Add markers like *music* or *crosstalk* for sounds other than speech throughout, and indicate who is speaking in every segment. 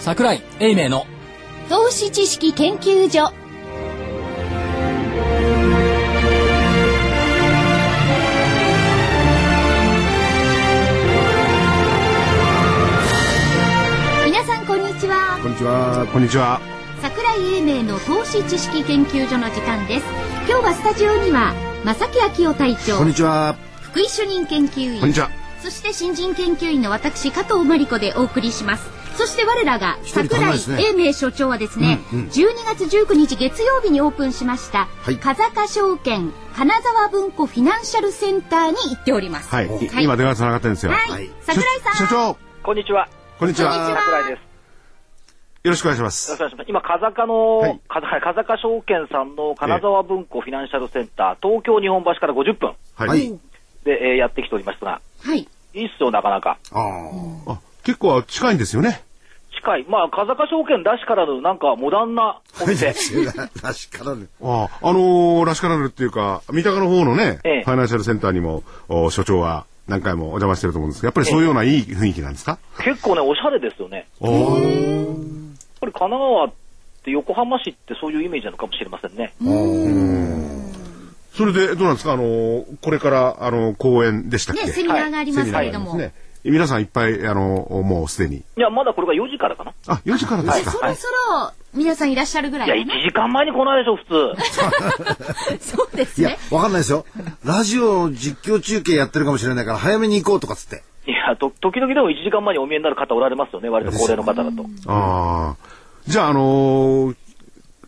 Speaker 1: 桜井英明の
Speaker 2: 投資知識研究所皆さんこんにちは
Speaker 3: こんにちは。こんにちは。
Speaker 2: 桜井英明の投資知識研究所の時間です今日はスタジオには正木昭夫隊長
Speaker 3: こんにちは。
Speaker 2: 福井主任研究員
Speaker 3: こんにちは。
Speaker 2: そして新人研究員の私加藤真理子でお送りしますそして我らが
Speaker 3: 一人足り
Speaker 2: 桜
Speaker 3: ない
Speaker 2: 井
Speaker 3: ですね
Speaker 2: 英明所長はですね、
Speaker 3: うんうん
Speaker 2: 12月19日月曜日にオープンしました、
Speaker 3: い
Speaker 2: 風賀証券金沢文庫フィナンシャルセンターに行っております
Speaker 3: はい。い
Speaker 2: はい
Speaker 3: 今電話繋がってるんですよ。
Speaker 2: はい桜井さん
Speaker 3: 所長、
Speaker 4: こんにちは。
Speaker 3: こんにち
Speaker 2: こんにち
Speaker 3: は。
Speaker 4: 桜井です。
Speaker 3: よろしくお願いしま
Speaker 4: よろしく
Speaker 3: す
Speaker 4: お。願いします。今、風賀の、
Speaker 3: はい
Speaker 4: 風はい風賀証券さんの金沢文庫フィナンシャルセンター、東京日本橋から50分
Speaker 3: はい。
Speaker 4: で、えーやってきておりますが、
Speaker 2: はい
Speaker 4: いいっすよ、なかなか。
Speaker 3: あーあ。結構近いんですよね。
Speaker 4: 近い。まあ、風賀証券らしからぬ、なんかモダンなお店。
Speaker 5: らしからぬ。
Speaker 3: ああ、あのー、らしからぬっていうか、三鷹の方のね、
Speaker 4: ええ
Speaker 3: ファイナンシャルセンターにも、お所長は何回もお邪魔してると思うんですけど、やっぱりそういうようないい雰囲気なんですか
Speaker 4: 結構ね、おしゃれですよね。
Speaker 3: おおー。
Speaker 4: やっぱり神奈川って横浜市ってそういうイメージなのかもしれませんね。
Speaker 3: それで、どうなんですかあのー、これから、あのー、公演でしたっけ
Speaker 2: ねセミナーがありますけれども、
Speaker 3: セミナーがありますね皆さんいっぱい、あのー、もうすでに。
Speaker 4: いや、まだこれが4時からかな。
Speaker 3: あ、4時からです
Speaker 2: ねそ
Speaker 3: か。
Speaker 2: ろそろ皆さんいらっしゃるぐら
Speaker 4: いや、
Speaker 2: い
Speaker 4: 1
Speaker 2: かな
Speaker 4: 時間前に来ないでしょ、普通。
Speaker 2: そうです
Speaker 5: いや
Speaker 2: ね、
Speaker 5: わかんないですよ。ラジオ実況中継やってるかもしれないから、早めに行こうとかっつって。
Speaker 4: いや、と、時々でも1時間前にお見えになる方おられますよね、割と高齢の方だと。
Speaker 3: ああ。じゃあ、あのー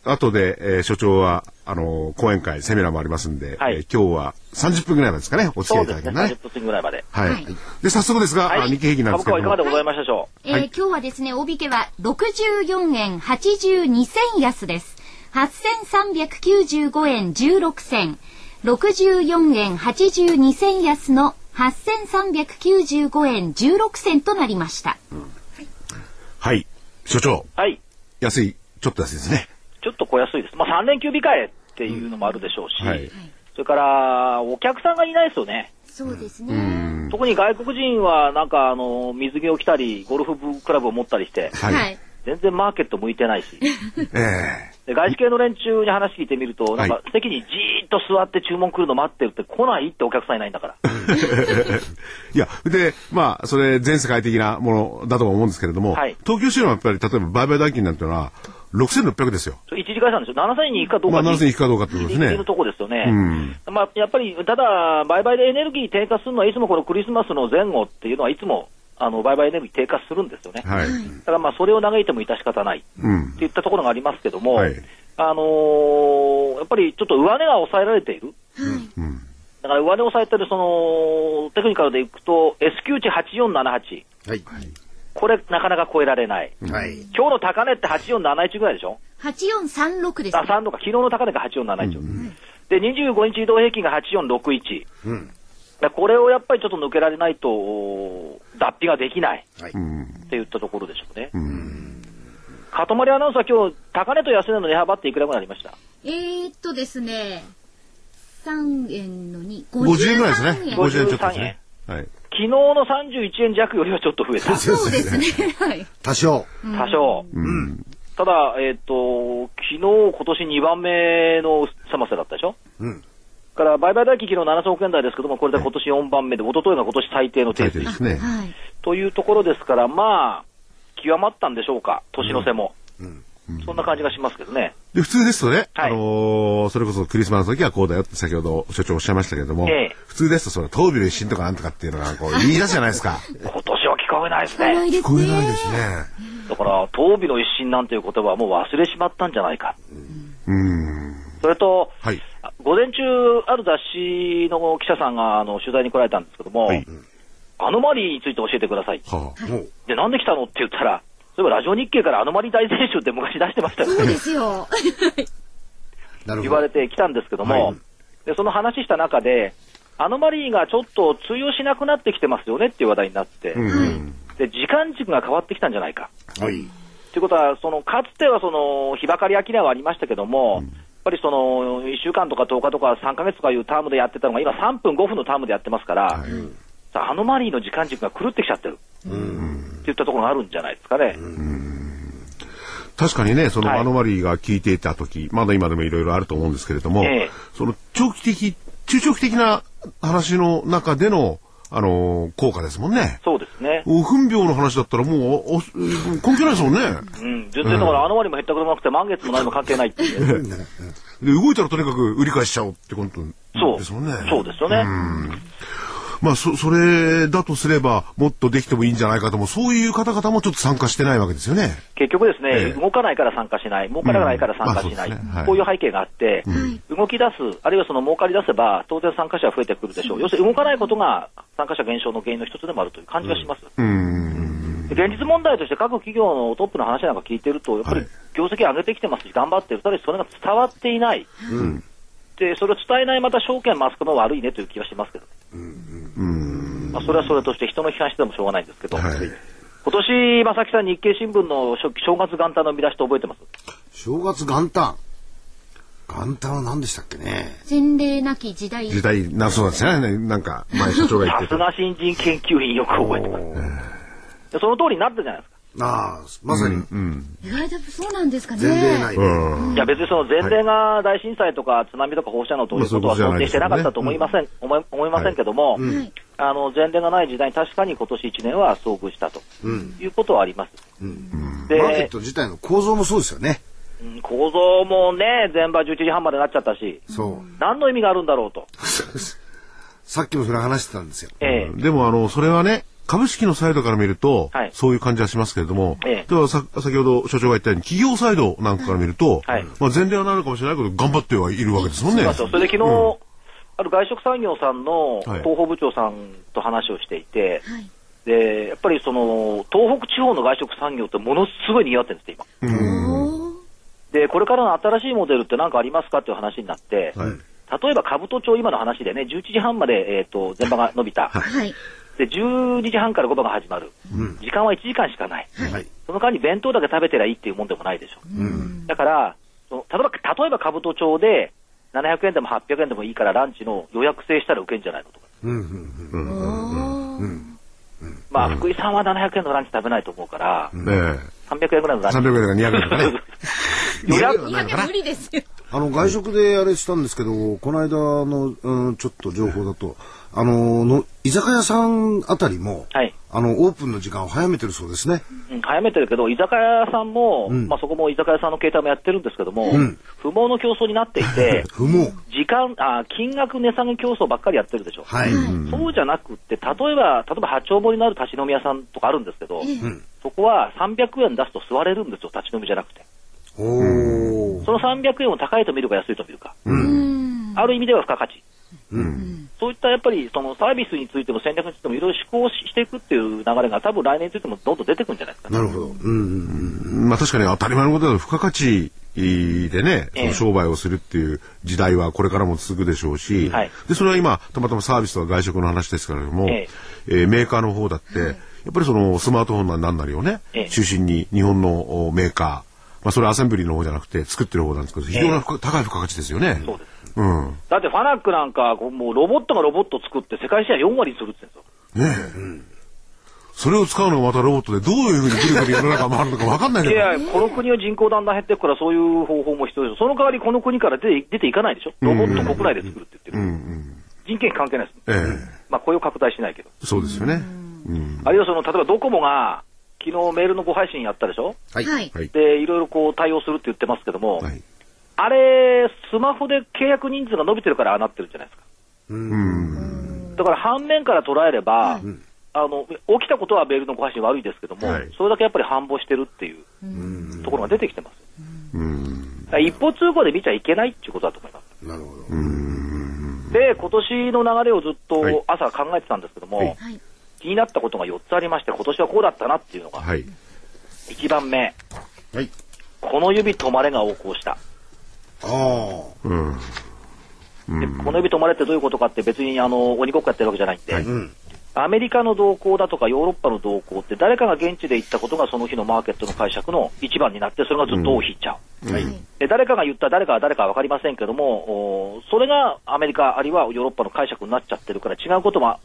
Speaker 3: 後で、えー所長は、あのー講演会、セミナーもありますんで、
Speaker 4: はい
Speaker 3: えー今日は30分ぐらいまでですかね、お付き
Speaker 4: そ
Speaker 3: 合いうい
Speaker 4: で
Speaker 3: た
Speaker 4: す
Speaker 3: だ
Speaker 4: ね、
Speaker 3: けるね
Speaker 4: 30。分過ぎぐらいまで。
Speaker 3: はい、
Speaker 2: はい
Speaker 3: で、早速ですが、あ日経平均なんです
Speaker 4: 株
Speaker 3: け
Speaker 4: 価
Speaker 3: ど
Speaker 4: はいかがで
Speaker 3: も、
Speaker 4: ございましたでしょう。
Speaker 2: えー
Speaker 3: はい
Speaker 2: 今日はですね、大引けは64円82銭安です。8395円16銭、64円82銭安の8395円16銭となりました。
Speaker 3: はい。所長、
Speaker 4: はい。
Speaker 3: 安い、ちょっと安いですね。
Speaker 4: ちょっと小安いです。まあ、3連休控えっていうのもあるでしょうし、
Speaker 3: はい。
Speaker 4: それから、お客さんがいないですよね。
Speaker 2: そうですね。
Speaker 4: 特に外国人は、なんか、あの、水着を着たり、ゴルフクラブを持ったりして、
Speaker 3: はい。
Speaker 2: はい。
Speaker 4: 全然マーケット向いてないし、
Speaker 3: ええ
Speaker 4: で外資系の連中に話聞いてみると、なん
Speaker 3: は
Speaker 4: か、席にじーっと座って注文来るの待ってるって、来ないってお客さんいないんだから。
Speaker 3: いや、で、まあ、それ、全世界的なものだとは思うんですけれども、
Speaker 4: はい
Speaker 3: 東京市場はやっぱり、例えば売買代金なんていうのは、6600ですよ。
Speaker 4: それ一時解散でしょ ?7000 に行くかどう
Speaker 3: ま
Speaker 4: か
Speaker 3: あ、なぜ行くかどうかってことです
Speaker 4: 言って
Speaker 3: ね
Speaker 4: る。とこですよね。
Speaker 3: うん
Speaker 4: まあ、やっぱり、ただ、売買でエネルギー低下するのは、いつもこのクリスマスの前後っていうのは、いつも、あの、売買エネルギー低下するんですよね。
Speaker 3: はい。
Speaker 4: だからまあ、それを嘆いても致し方ない
Speaker 3: うん
Speaker 4: っ。ていったところがありますけども、
Speaker 3: はい
Speaker 4: あのーやっぱりちょっと上値が抑えられている。
Speaker 3: うん。
Speaker 4: だから上値を抑えてる、その、テクニカルでいくと、S q 値8478。
Speaker 5: はい。
Speaker 4: これ、なかなか超えられない。
Speaker 5: はい。
Speaker 4: 今日の高値って8471ぐらいでしょ
Speaker 2: 8436です
Speaker 4: あ、。3とか、昨日の高値が8471。で、25日移動平均が8461。
Speaker 5: うん。
Speaker 4: だからこれをやっぱりちょっと抜けられないと、おー脱皮ができない
Speaker 5: はい。
Speaker 4: っていったところでしょうね。かとまりアナウンサー、今日高値と安値の値幅っていくらぐらいありました
Speaker 2: えー、っとですね、3円の2、
Speaker 3: 50円ぐらいですね。
Speaker 2: 円
Speaker 3: 50円ちょっとですね。はい。
Speaker 4: 昨日の31円弱よりはちょっと増えた、
Speaker 2: そうですね。はい。
Speaker 5: 多少。
Speaker 4: 多少。
Speaker 3: うん。
Speaker 4: ただ、えっ、と、昨日、今年2番目の寒さだったでしょ
Speaker 5: うん。
Speaker 4: から、売買代金昨日7000億円台ですけども、これで今年4番目で、一昨日が今年最低の低
Speaker 3: 最低で
Speaker 4: 水
Speaker 3: すね。
Speaker 2: はい。
Speaker 4: というところですから、まあ、極まったんでしょうか、年の瀬も。そんな感じがしますけどね。
Speaker 3: で、普通ですとね、
Speaker 4: は
Speaker 3: あ
Speaker 4: い
Speaker 3: のーそれこそクリスマスの時はこうだよって先ほど所長おっしゃいましたけれども、
Speaker 4: ええ
Speaker 3: 普通ですとそれ、東ビル一新とかなんとかっていうの
Speaker 4: *laughs*
Speaker 3: がこう言い出すじゃないですか。
Speaker 4: 今年は聞こえないです
Speaker 2: ない
Speaker 4: ね。
Speaker 2: です
Speaker 3: こういうない
Speaker 2: ね。
Speaker 3: ですね。
Speaker 4: だから、東美の一新なんていう言葉はもう忘れしまったんじゃないか。
Speaker 3: うん。
Speaker 4: それと、
Speaker 3: はい。
Speaker 4: あ午前中、ある雑誌の記者さんがあの取材に来られたんですけども、
Speaker 3: はい
Speaker 4: アノマリーについて教えてください。
Speaker 3: はあ。
Speaker 5: もう。
Speaker 4: で、なんで来たのって言ったら、そういえばラジオ日経からアノマリー大全集って昔出してましたよ
Speaker 2: そう
Speaker 4: ね、
Speaker 2: です
Speaker 3: *laughs*
Speaker 2: よ。
Speaker 5: なる
Speaker 4: 言
Speaker 5: ほ
Speaker 4: わ
Speaker 5: ど
Speaker 4: れ。てきたんですけども、
Speaker 3: はい
Speaker 4: でその話した中で、アノマリーがちょっと通用しなくなってきてますよねっていう話題になって、
Speaker 3: うん。
Speaker 4: で時間軸が変わってきたんじゃないか。
Speaker 5: はい。
Speaker 4: ということは、そのかつてはその日ばかり商いはありましたけども、やっぱりその1週間とか10日とか3ヶ月とかいうタームでやってたのが、今、3分、5分のタームでやってますから、さあアノマリーの時間軸が狂ってきちゃってる、っていったところがあるんじゃないですかね。
Speaker 3: 確かにね、その
Speaker 4: はい
Speaker 3: アノマリーが効いていた時、まだ今でもいろいろあると思うんですけれども、
Speaker 4: ええ
Speaker 3: その長期的、中長期的な話の中での、あのー効果ですもんね。
Speaker 4: そうですね。
Speaker 3: お糞病の話だったらもう、おお関係ないですもんね。
Speaker 4: うん。全然だから、あの割も減ったくれもなくて、満月も何も関係ないっていうね。
Speaker 3: で、動いたらとにかく売り返しちゃおうってこと
Speaker 4: そう。
Speaker 3: ですもんね。
Speaker 4: そうですよね。
Speaker 3: まあ、そ、それだとすれば、もっとできてもいいんじゃないかとも、そういう方々もちょっと参加してないわけですよね。
Speaker 4: 結局ですね、
Speaker 3: ええ
Speaker 4: 動かないから参加しない、儲からないから参加しない、
Speaker 3: うんまあそうですねはい
Speaker 4: こういう背景があって、動き出す、あるいはその儲かり出せば、当然参加者は増えてくるでしょう、要するに動かないことが参加者減少の原因の一つでもあるという感じがします。で現実問題として、各企業のトップの話なんか聞いてると、やっぱ
Speaker 3: は
Speaker 4: り
Speaker 3: い
Speaker 4: 業績上げてきてますし、頑張ってる、ただしそれが伝わっていない。でそれを伝えない、また証券マスコミも悪いねという気がしますけどね、まあ、それはそれとして、人の批判してもしょうがないんですけど、
Speaker 3: はい
Speaker 4: 今年、正木さん、日経新聞の初期正月元旦の見出しと覚えてます
Speaker 5: 正月元旦。元旦は何でしたっけね。
Speaker 2: 前例なき時代。
Speaker 3: 時代、な、そうなんですよね。なんか、前社長が言っ
Speaker 4: さ
Speaker 3: て
Speaker 4: *laughs* す
Speaker 3: た。
Speaker 4: が新人研究員よく覚えてます。でその通りになったじゃないですか。
Speaker 5: ああ、まさに
Speaker 2: 意外とそうなんですかね。
Speaker 5: 前例ない。
Speaker 3: うん。
Speaker 4: いや別にその前例が大震災とか津波とか放射能という
Speaker 3: まあそうい
Speaker 4: ことは
Speaker 3: うことじゃな
Speaker 4: 想
Speaker 3: い
Speaker 4: 定
Speaker 3: で
Speaker 4: し
Speaker 3: すよ
Speaker 4: て
Speaker 3: ね
Speaker 4: なかったと思いません、思い思いませんけども、
Speaker 2: はい
Speaker 4: あの前例がない時代に確かに今年1年は遭遇したと、いうことはあります。
Speaker 5: マーケッ
Speaker 4: で、
Speaker 5: ト自体の構造もそうですよね。
Speaker 4: うん構造もね、全場11時半までなっちゃったし、
Speaker 5: そう。
Speaker 4: 何の意味があるんだろうと。
Speaker 5: さっきもそれ話してたんですよ。
Speaker 4: ええ
Speaker 3: でも、あの、それはね、株式のサイドから見ると、
Speaker 4: はい
Speaker 3: そういう感じはしますけれども、
Speaker 4: ええ
Speaker 3: ではさ先ほど所長が言ったように、企業サイドなんかから見ると、
Speaker 4: はい
Speaker 3: まあ、前例はなるかもしれないけど、頑張ってはいるわけですもんね。
Speaker 4: そうそれで昨日、ある外食産業さんの
Speaker 3: はい
Speaker 4: 広報部長さんと話をしていて、
Speaker 2: はい
Speaker 4: でやっぱりその東北地方の外食産業ってものすごい賑わってるんですって、今。
Speaker 2: おー
Speaker 4: で、これからの新しいモデルって何かありますかっていう話になって、
Speaker 3: はい
Speaker 4: 例えば兜町、今の話でね、11時半まで、えっと前場が伸びた、
Speaker 2: はい。
Speaker 4: で、12時半から5番が始まる、時間は1時間しかない、
Speaker 5: はい。
Speaker 4: その間に弁当だけ食べてりゃいいっていうもんでもないでしょ。だから、その例えば、例えば兜町で、700円でも800円でもいいからランチの予約制したら受けんじゃないのとか。
Speaker 5: うんうん
Speaker 2: おー
Speaker 4: まあ、福井さんは700円のランチ食べないと思うから、
Speaker 3: ねえ。
Speaker 4: 300円ぐらいのランチ。
Speaker 3: 300円が200円とかね。
Speaker 4: 予約
Speaker 2: いやいや無理ですよ。
Speaker 5: あの外食であれしたんですけど、この間の、うん、ちょっと情報だと、あのの居酒屋さんあたりも、
Speaker 4: はい
Speaker 5: あのオープンの時間を早めてるそうですね。
Speaker 4: うん早めてるけど、居酒屋さんも、
Speaker 5: ん
Speaker 4: まあそこも居酒屋さんの携帯もやってるんですけども、
Speaker 5: うん、
Speaker 4: 不毛の競争になっていて
Speaker 5: 不毛。
Speaker 4: 時間、あ金額値下げ競争ばっかりやってるでしょ。
Speaker 5: はい。
Speaker 4: そうじゃなくって、例えば、例えば八丁堀のある立ち飲み屋さんとかあるんですけど、
Speaker 2: ええ
Speaker 4: そこは300円出すと座れるんですよ、立ち飲みじゃなくて。
Speaker 5: おお。
Speaker 4: その300円を高いと見るか安いと見るか。
Speaker 2: うん。
Speaker 4: ある意味では付加価値。
Speaker 5: うん
Speaker 4: そういったやっぱりそのサービスについても戦略についてもいろいろ思考していくっていう流れが多分来年についてもどんどん出てくるんじゃないですかね。
Speaker 5: なるほど。うんうん
Speaker 3: まあ確かに当たり前のことだと付加価値でね、
Speaker 4: ええ
Speaker 3: その商売をするっていう時代はこれからも続くでしょうし、
Speaker 4: はい
Speaker 3: でそれは今たまたまサービスとか外食の話ですけれども、
Speaker 4: え
Speaker 3: えーメーカーの方だって、やっぱりそのスマートフォンなんなりをね、
Speaker 4: ええ
Speaker 3: 中心に日本のおメーカー、まあそれアセンブリーの方じゃなくて作ってる方なんですけど、非常な付加高い付加価値ですよね。
Speaker 4: そうです。
Speaker 3: うん。
Speaker 4: だってファナックなんか、こうもうロボットがロボット作って世界シェア4割するって言うんですよ。
Speaker 3: ねえ。それを使うのはまたロボットでどういうふうにぐるぐる世の中回るのかわかんないけ
Speaker 4: い
Speaker 3: ど。
Speaker 4: やいや、この国は人口だんだん減っていくから、そういう方法も必要でしょ。その代わりこの国から出て出ていかないでしょ。ロボット国内で作るって言ってる。人件費関係ないです。
Speaker 3: え
Speaker 4: まあ、雇用拡大しないけど。
Speaker 3: え。そうですよね。
Speaker 4: あるいはその、例えばドコモが、昨日メールのご配信やったでしょ
Speaker 5: はい。
Speaker 2: はい。
Speaker 3: はい。
Speaker 4: で、いろいろこう対応するって言ってますけども、
Speaker 3: はい。
Speaker 4: あれ、スマホで契約人数が伸びてるからああなってるじゃないですか。だから反面から捉えれば、あの起きたことはメールのご配信悪いですけども、
Speaker 3: はい
Speaker 4: それだけやっぱり繁忙してるっていうところが出てきてます。だから一方通行で見ちゃいけないっていうことだと思います。
Speaker 5: なるほど。
Speaker 4: で、今年の流れをずっ
Speaker 3: はい
Speaker 4: と朝考えてたんですけども、
Speaker 3: はい
Speaker 2: はい。
Speaker 4: 気になったことが4つありまして、今年はこうだったなっていうのが、
Speaker 3: はい。
Speaker 4: 1番目、
Speaker 5: はい。
Speaker 4: この指止まれが横行した。
Speaker 5: ああ。
Speaker 4: でこの指止まれってどういうことかって別にあの鬼ごっこやってるわけじゃないんで、
Speaker 5: うん。
Speaker 4: アメリカの動向だとかヨーロッパの動向って誰かが現地で言ったことがその日のマーケットの解釈の一番になってそれがずっと尾を引いちゃう。
Speaker 5: はい。
Speaker 4: で誰かが言った誰かは誰かは分かりませんけども、おーそれがアメリカあるいはヨーロッパの解釈になっちゃってるから違うことも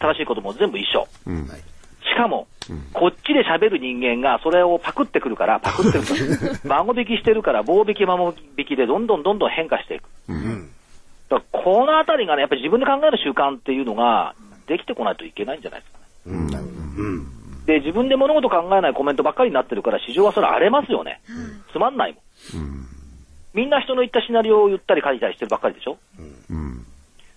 Speaker 4: 正しいことも全部一緒。
Speaker 5: はい
Speaker 4: しかもこっちで喋る人間がそれをパクってくるから、パクってく *laughs* る。孫引きしてるから、棒引き、孫引きでどんどんどんどん変化していく。だからこのあたりがね、やっぱり自分で考える習慣っていうのが、できてこないといけないんじゃないですかね。で、自分で物事考えないコメントばっかりになってるから、市場はそれ荒れますよね。つまんないもん。みんな人の言ったシナリオを言ったり書いたりしてるばっかりでしょ。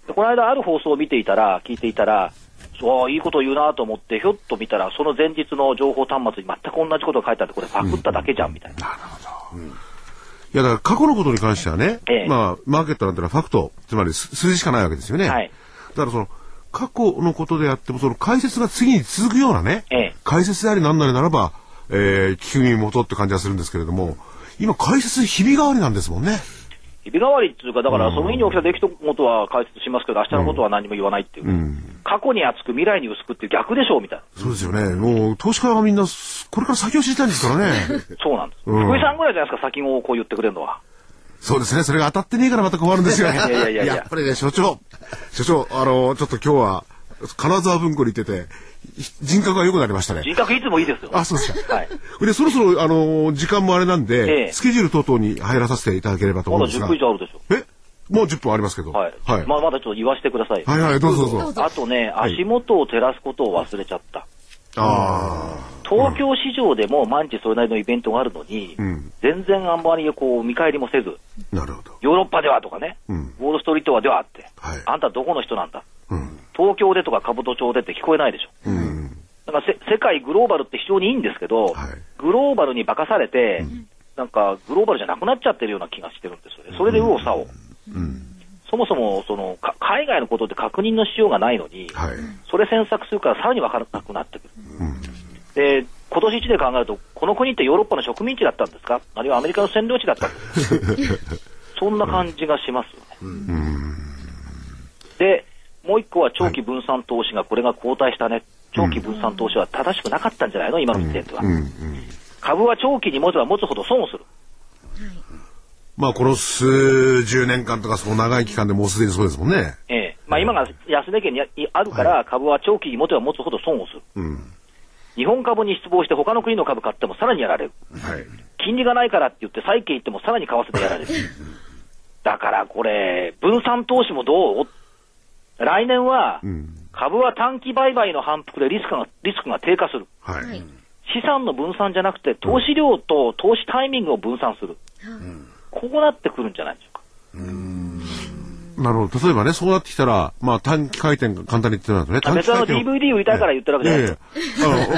Speaker 4: でこの間、ある放送を見ていたら、聞いていたら、そういいこと言うなと思って、ひょっと見たら、その前日の情報端末に全く同じことが書いてあって、これ、パクっただけじゃんみたいな。
Speaker 3: いや、だから過去のことに関してはね、
Speaker 4: ええ
Speaker 3: まあ、マーケットなんてのはファクト、つまり数数字しかないわけですよね。
Speaker 4: はい
Speaker 3: だからその、過去のことであっても、その解説が次に続くようなね、
Speaker 4: ええ
Speaker 3: 解説でありなんなりならば、えー、聞く耳元って感じがするんですけれども、今解説日々代わりなんですもんね。
Speaker 4: 日々代わりっていうか、だからその日に起きた出来事は解説しますけど、明日のことは何も言わないっていう、過去に厚く、未来に薄くって逆でしょうみたいな、
Speaker 3: そうですよね。もう、投資家はみんな、すこれから先を知りたいんですから
Speaker 4: *laughs*
Speaker 3: ね。
Speaker 4: そうなんです、
Speaker 3: うん
Speaker 4: 福井さんぐらいじゃないですか、先をこう言ってくれるのは。
Speaker 3: そうですね。それが当たってねえからまた困るんですよ。
Speaker 4: いやいやいやいや
Speaker 3: っぱりね、所長。所長、あの、ちょっと今日は、金沢文庫に行ってて、ひ人格が良くなりましたね。
Speaker 4: 人格いつもいいですよ。
Speaker 3: あ、そうですか。
Speaker 4: はい。
Speaker 3: で、そろそろ、あの、時間もあれなんで、
Speaker 4: ええ
Speaker 3: スケジュール等々に入らさせていただければと
Speaker 4: ま
Speaker 3: 思う
Speaker 4: だ
Speaker 3: んです
Speaker 4: 10
Speaker 3: が。
Speaker 4: 分以上あるでしょ。
Speaker 3: えもう10分ありますけど。
Speaker 4: はい。
Speaker 3: はい。
Speaker 4: まあ、まだちょっと言わせてください。
Speaker 3: はいはい、どうぞどうぞ。
Speaker 4: あとね、足元を照らすことを忘れちゃった。
Speaker 3: あ
Speaker 4: 東京市場でも毎日それなりのイベントがあるのに、
Speaker 3: ん
Speaker 4: 全然あんまりこう見返りもせず、
Speaker 3: あ、なるほど。
Speaker 4: ヨーロッパではとかね、
Speaker 3: ん
Speaker 4: ウォール・ストリートはではって、
Speaker 3: はい
Speaker 4: あんたどこの人なんだ、
Speaker 3: うん。
Speaker 4: 東京でとか兜町でって聞こえないでしょ。
Speaker 3: うん。
Speaker 4: だからせ世界グローバルって非常にいいんですけど、
Speaker 3: はい
Speaker 4: グローバルに化かされて、なんかグローバルじゃなくなっちゃってるような気がしてるんですよね、それで右往左往、そもそもそのか海外のことって確認のしようがないのに、
Speaker 3: はい。
Speaker 4: それ詮索するからさらに分からなくなってくる。で今年1年考えると、この国ってヨーロッパの植民地だったんですか、あるいはアメリカの占領地だ *laughs* ったんですか、そんな感じがしますよね。で、もう一個は長期分散投資が、これが後退したね、長期分散投資は正しくなかったんじゃないの、今の時点では。株は長期に持てば持つほど損をする。
Speaker 3: まあ、この数十年間とか、その長い期間でもうすでにそうですもんね。
Speaker 4: ええまあ、今が安値圏にあるから、株は長期に持てば持つほど損をする。日本株に失望して、他の国の株買ってもさらにやられる。
Speaker 3: はい。
Speaker 4: 金利がないからって言って、債券行ってもさらに為替でやられる。だからこれ、分散投資もどう来年は、株は短期売買の反復でリスクがリスクが低下する。
Speaker 3: はい。
Speaker 2: はい
Speaker 4: 資産の分散じゃなくて、投資量と投資タイミングを分散する。こうなってくるんじゃないでしょうか。
Speaker 3: なるほど。例えばね、そうなってきたら、まあ、短期回転が簡単に言ってたんですね。
Speaker 4: あ
Speaker 3: 短期
Speaker 4: 別にあの
Speaker 3: 回転を
Speaker 4: DVD 売りたいから言ってるわけじゃないで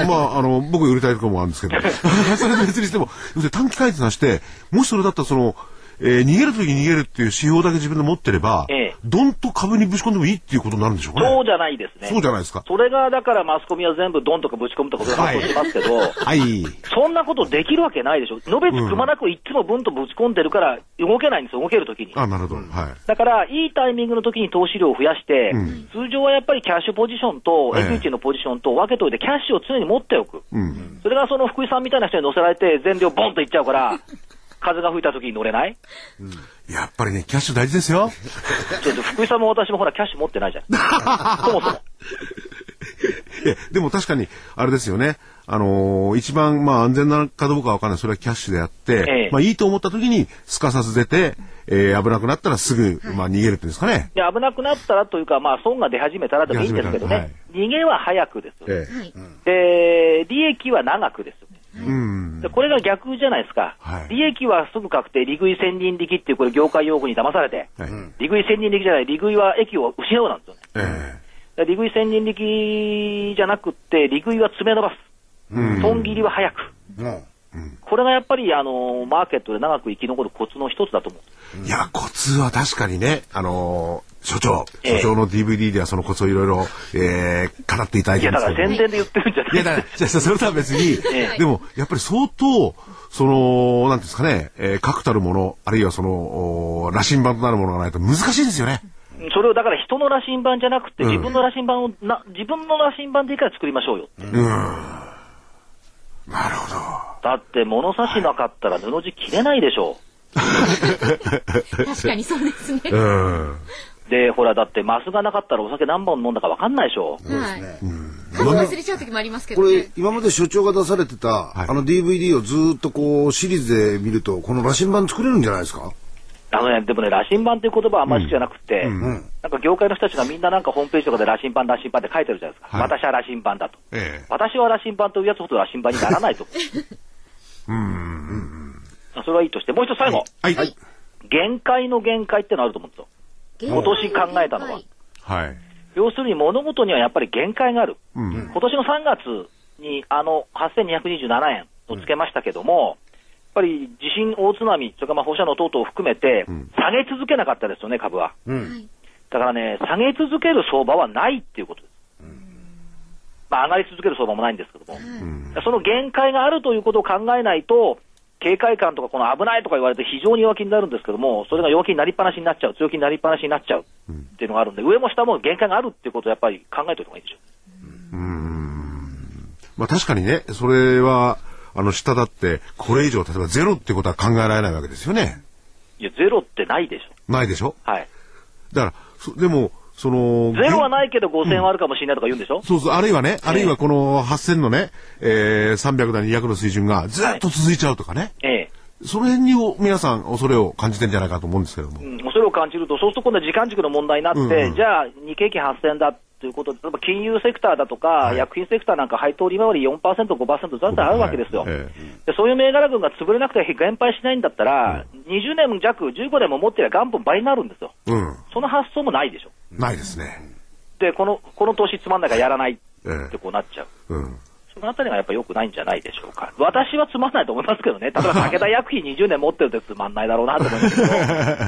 Speaker 3: ええ
Speaker 4: す
Speaker 3: あの、まあ、あの、僕売りたいとこもあるんですけ
Speaker 4: *laughs*
Speaker 3: ど、それと別にしても、要するに短期回転させて、もしそれだったらその、えー逃げるときに逃げるっていう指標だけ自分で持ってれば、
Speaker 4: ええ
Speaker 3: どんと株にぶち込んでもいいっていうことになるんでしょうか
Speaker 4: そう
Speaker 3: ね。
Speaker 4: じゃないですね。
Speaker 3: そうじゃないですか。
Speaker 4: それが、だからマスコミは全部ドンとかぶち込むとかそういう発想してますけど、
Speaker 3: はい。
Speaker 4: そんなことできるわけないでしょ。のべつくまなくいつもブンとぶち込んでるから動けないんですよ、動けるときに。
Speaker 3: あ、なるほど。はい。
Speaker 4: だから、いいタイミングの時に投資量を増やして、通常はやっぱりキャッシュポジションと
Speaker 3: ええ
Speaker 4: エクイティのポジションと分けといて、キャッシュを常に持っておく。それがその福井さんみたいな人に乗せられて、全量ボンといっちゃうから、風が吹いた時に乗れない
Speaker 3: やっぱりね、キャッシュ大事ですよ。
Speaker 4: ちょっと福井さんも私もほら、キャッシュ持ってな
Speaker 3: *laughs*
Speaker 4: いじゃん。そもそも。
Speaker 3: えでも確かに、あれですよね。あのー一番、まあ、安全なのかどうかわかんない。それはキャッシュであって、
Speaker 4: ええ
Speaker 3: まあ、いいと思った時に、すかさず出て、えー危なくなったらすぐ、まあ、逃げるっていうんですかね。
Speaker 4: で危なくなったらというか、まあ、損が出始めたらでもいいんですけどね、
Speaker 3: 出始
Speaker 4: 逃げは早くですよね、
Speaker 3: ええ
Speaker 2: はい
Speaker 4: で、利益は長くですよね。
Speaker 3: うん。
Speaker 4: でこれが逆じゃないですか、
Speaker 3: はい
Speaker 4: 利益はすぐ確定、利食い千人力っていう、これ、業界用語に騙されて、
Speaker 3: はい
Speaker 4: 利食い千人力じゃない、利食いは益を失うなんですよね、
Speaker 3: え
Speaker 4: だから利食い千人力じゃなくって、利食いは詰め伸ばす、損切りは早く、
Speaker 5: うん
Speaker 4: これがやっぱり、あのーマーケットで長く生き残るコツの一つだと思う。
Speaker 3: えいや、コツは確かにね、あのー所長、
Speaker 4: ええ
Speaker 3: 所長の DVD ではそのコツをいろいろ、えー、語っていただい
Speaker 4: い
Speaker 3: て
Speaker 4: や、
Speaker 3: るんで
Speaker 4: だ
Speaker 3: す
Speaker 4: か
Speaker 3: けど、
Speaker 4: ら宣
Speaker 3: ね。
Speaker 4: 伝で言ってるんじゃない
Speaker 3: いや、だから、じゃあそれとは別に、
Speaker 4: *laughs* ええ
Speaker 3: でも、やっぱり相当、その、なんていうんですかね、えー、確たるもの、あるいはその、お羅針盤となるものがないと難しいですよね。
Speaker 4: それをだから人の羅針盤じゃなくて、
Speaker 3: うん
Speaker 4: 自分の羅針盤をな、自分の羅針盤でいいから作りましょうよって。
Speaker 3: なるほど。
Speaker 4: だって物差しなかったら布地切れないでしょ
Speaker 2: 確かにそうですね。
Speaker 3: うん。
Speaker 4: う。で、ほら、だってマスがなかったらお酒何本飲んだか分かんないでしょう。
Speaker 2: はい。数忘れちゃう時もありますけ
Speaker 5: こ
Speaker 2: ど
Speaker 5: れ
Speaker 2: ね。
Speaker 5: 今まで所長が出されてた、
Speaker 3: い
Speaker 5: あの DVD をずーっとこうシリーズで見るとこの羅針盤作れるんじゃないですか
Speaker 4: あのね、でもね、羅針盤っていう言葉はあんまり好きじゃなくて、
Speaker 5: うん
Speaker 4: なんか業界の人たちがみんななんかホームページとかで羅針盤、羅針盤って書いてるじゃないですか。
Speaker 3: はい
Speaker 4: 私は羅針盤だと。
Speaker 3: ええ
Speaker 4: 私は羅針盤というやつほど羅針盤にならないと。うん。それはいいとして、もう一つ最後。
Speaker 3: はい。はい。
Speaker 4: 限界の限界ってのあると思うんですよ。今年考えたのは
Speaker 3: はい。
Speaker 4: 要するに物事にはやっぱり限界がある。
Speaker 3: うん。
Speaker 4: 今年の3月にあの8227円をつけましたけども、やっぱり地震、大津波、それからまあ放射能等々を含めて、下げ続けなかったですよね、株は。
Speaker 5: うん
Speaker 4: だからね、下げ続ける相場はないっていうことです。まあ、上がり続ける相場もないんですけども、その限界があるということを考えないと、警戒感とか、この危ないとか言われて非常に弱気になるんですけども、それが弱気になりっぱなしになっちゃう、強気になりっぱなしになっちゃうっていうのがあるんで、上も下も限界があるっていうことをやっぱり考えておいた方がいいでしょう。
Speaker 3: まあ確かにね、それは、あの、下だって、これ以上、例えばゼロってことは考えられないわけですよね。
Speaker 4: いや、ゼロってないでしょ。
Speaker 3: ないでしょ
Speaker 4: はい。
Speaker 3: だから、そでも、その、
Speaker 4: ゼロは
Speaker 3: げん
Speaker 4: ないけど5000はあるかもしれないとか言うんでしょ、
Speaker 3: そうそう、あるいはね、あるいはこの8000のね、えー、300だ200の水準がずっと続いちゃうとかね。
Speaker 4: ええ。
Speaker 3: その辺にお皆さん恐れを感じてんじゃないかと思うんですけども。
Speaker 4: うん、それを感じると、そうすると今度は時間軸の問題になって、
Speaker 3: うんうん
Speaker 4: じゃあ、日経金8000だということで、例えば金融セクターだとか、
Speaker 3: い
Speaker 4: 薬品セクターなんか配当利回り4%、5%ずつあるわけですよ、
Speaker 3: はいえ
Speaker 4: で。そういう銘柄群が潰れなくて減配しないんだったら、20年弱、15年も持ってりゃ元本倍になるんですよ。
Speaker 3: うん。
Speaker 4: その発想もないでしょ。
Speaker 3: ないですね。
Speaker 4: で、この、この投資つまんないからやらないってこうなっちゃう。
Speaker 3: うん。
Speaker 4: そのあたりがやっぱ良くないんじゃないでしょうか。私はつまんないと思いますけどね。例えば武田薬品20年持ってるってつまんないだろうなと思いま
Speaker 3: *laughs*
Speaker 4: すけど。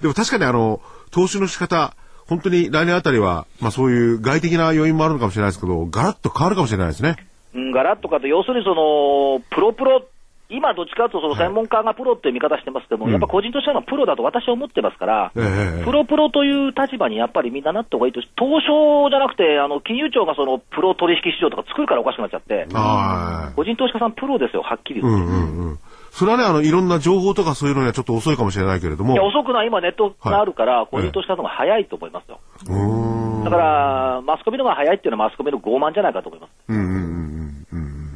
Speaker 3: でも確かにあの、投資の仕方、本当に来年あたりは、まあそういう外的な要因もあるのかもしれないですけど、ガラッと変わるかもしれないですね。
Speaker 4: うん、ガラッとかと、要するにその、プロプロ、今どっちかというとその専門家がプロっていう見方してますけども、やっぱ個人としてのプロだと私は思ってますから、
Speaker 3: ええ
Speaker 4: プロプロという立場にやっぱりみんななった方がいいと、東証じゃなくて、あの、金融庁がそのプロ取引市場とか作るからおかしくなっちゃって、
Speaker 3: はい。
Speaker 4: 個人投資家さんプロですよ、はっきり
Speaker 3: う
Speaker 4: 言って。
Speaker 3: んうんうん。それはね、あの、いろんな情報とかそういうのにはちょっと遅いかもしれないけれども。
Speaker 4: いや、遅くない、今ネットがあるから、個人投資家の方が早いと思いますよ。
Speaker 3: うーん。
Speaker 4: だから、マスコミの方が早いっていうのはマスコミの傲慢じゃないかと思います。
Speaker 3: うんうんうんうんうん。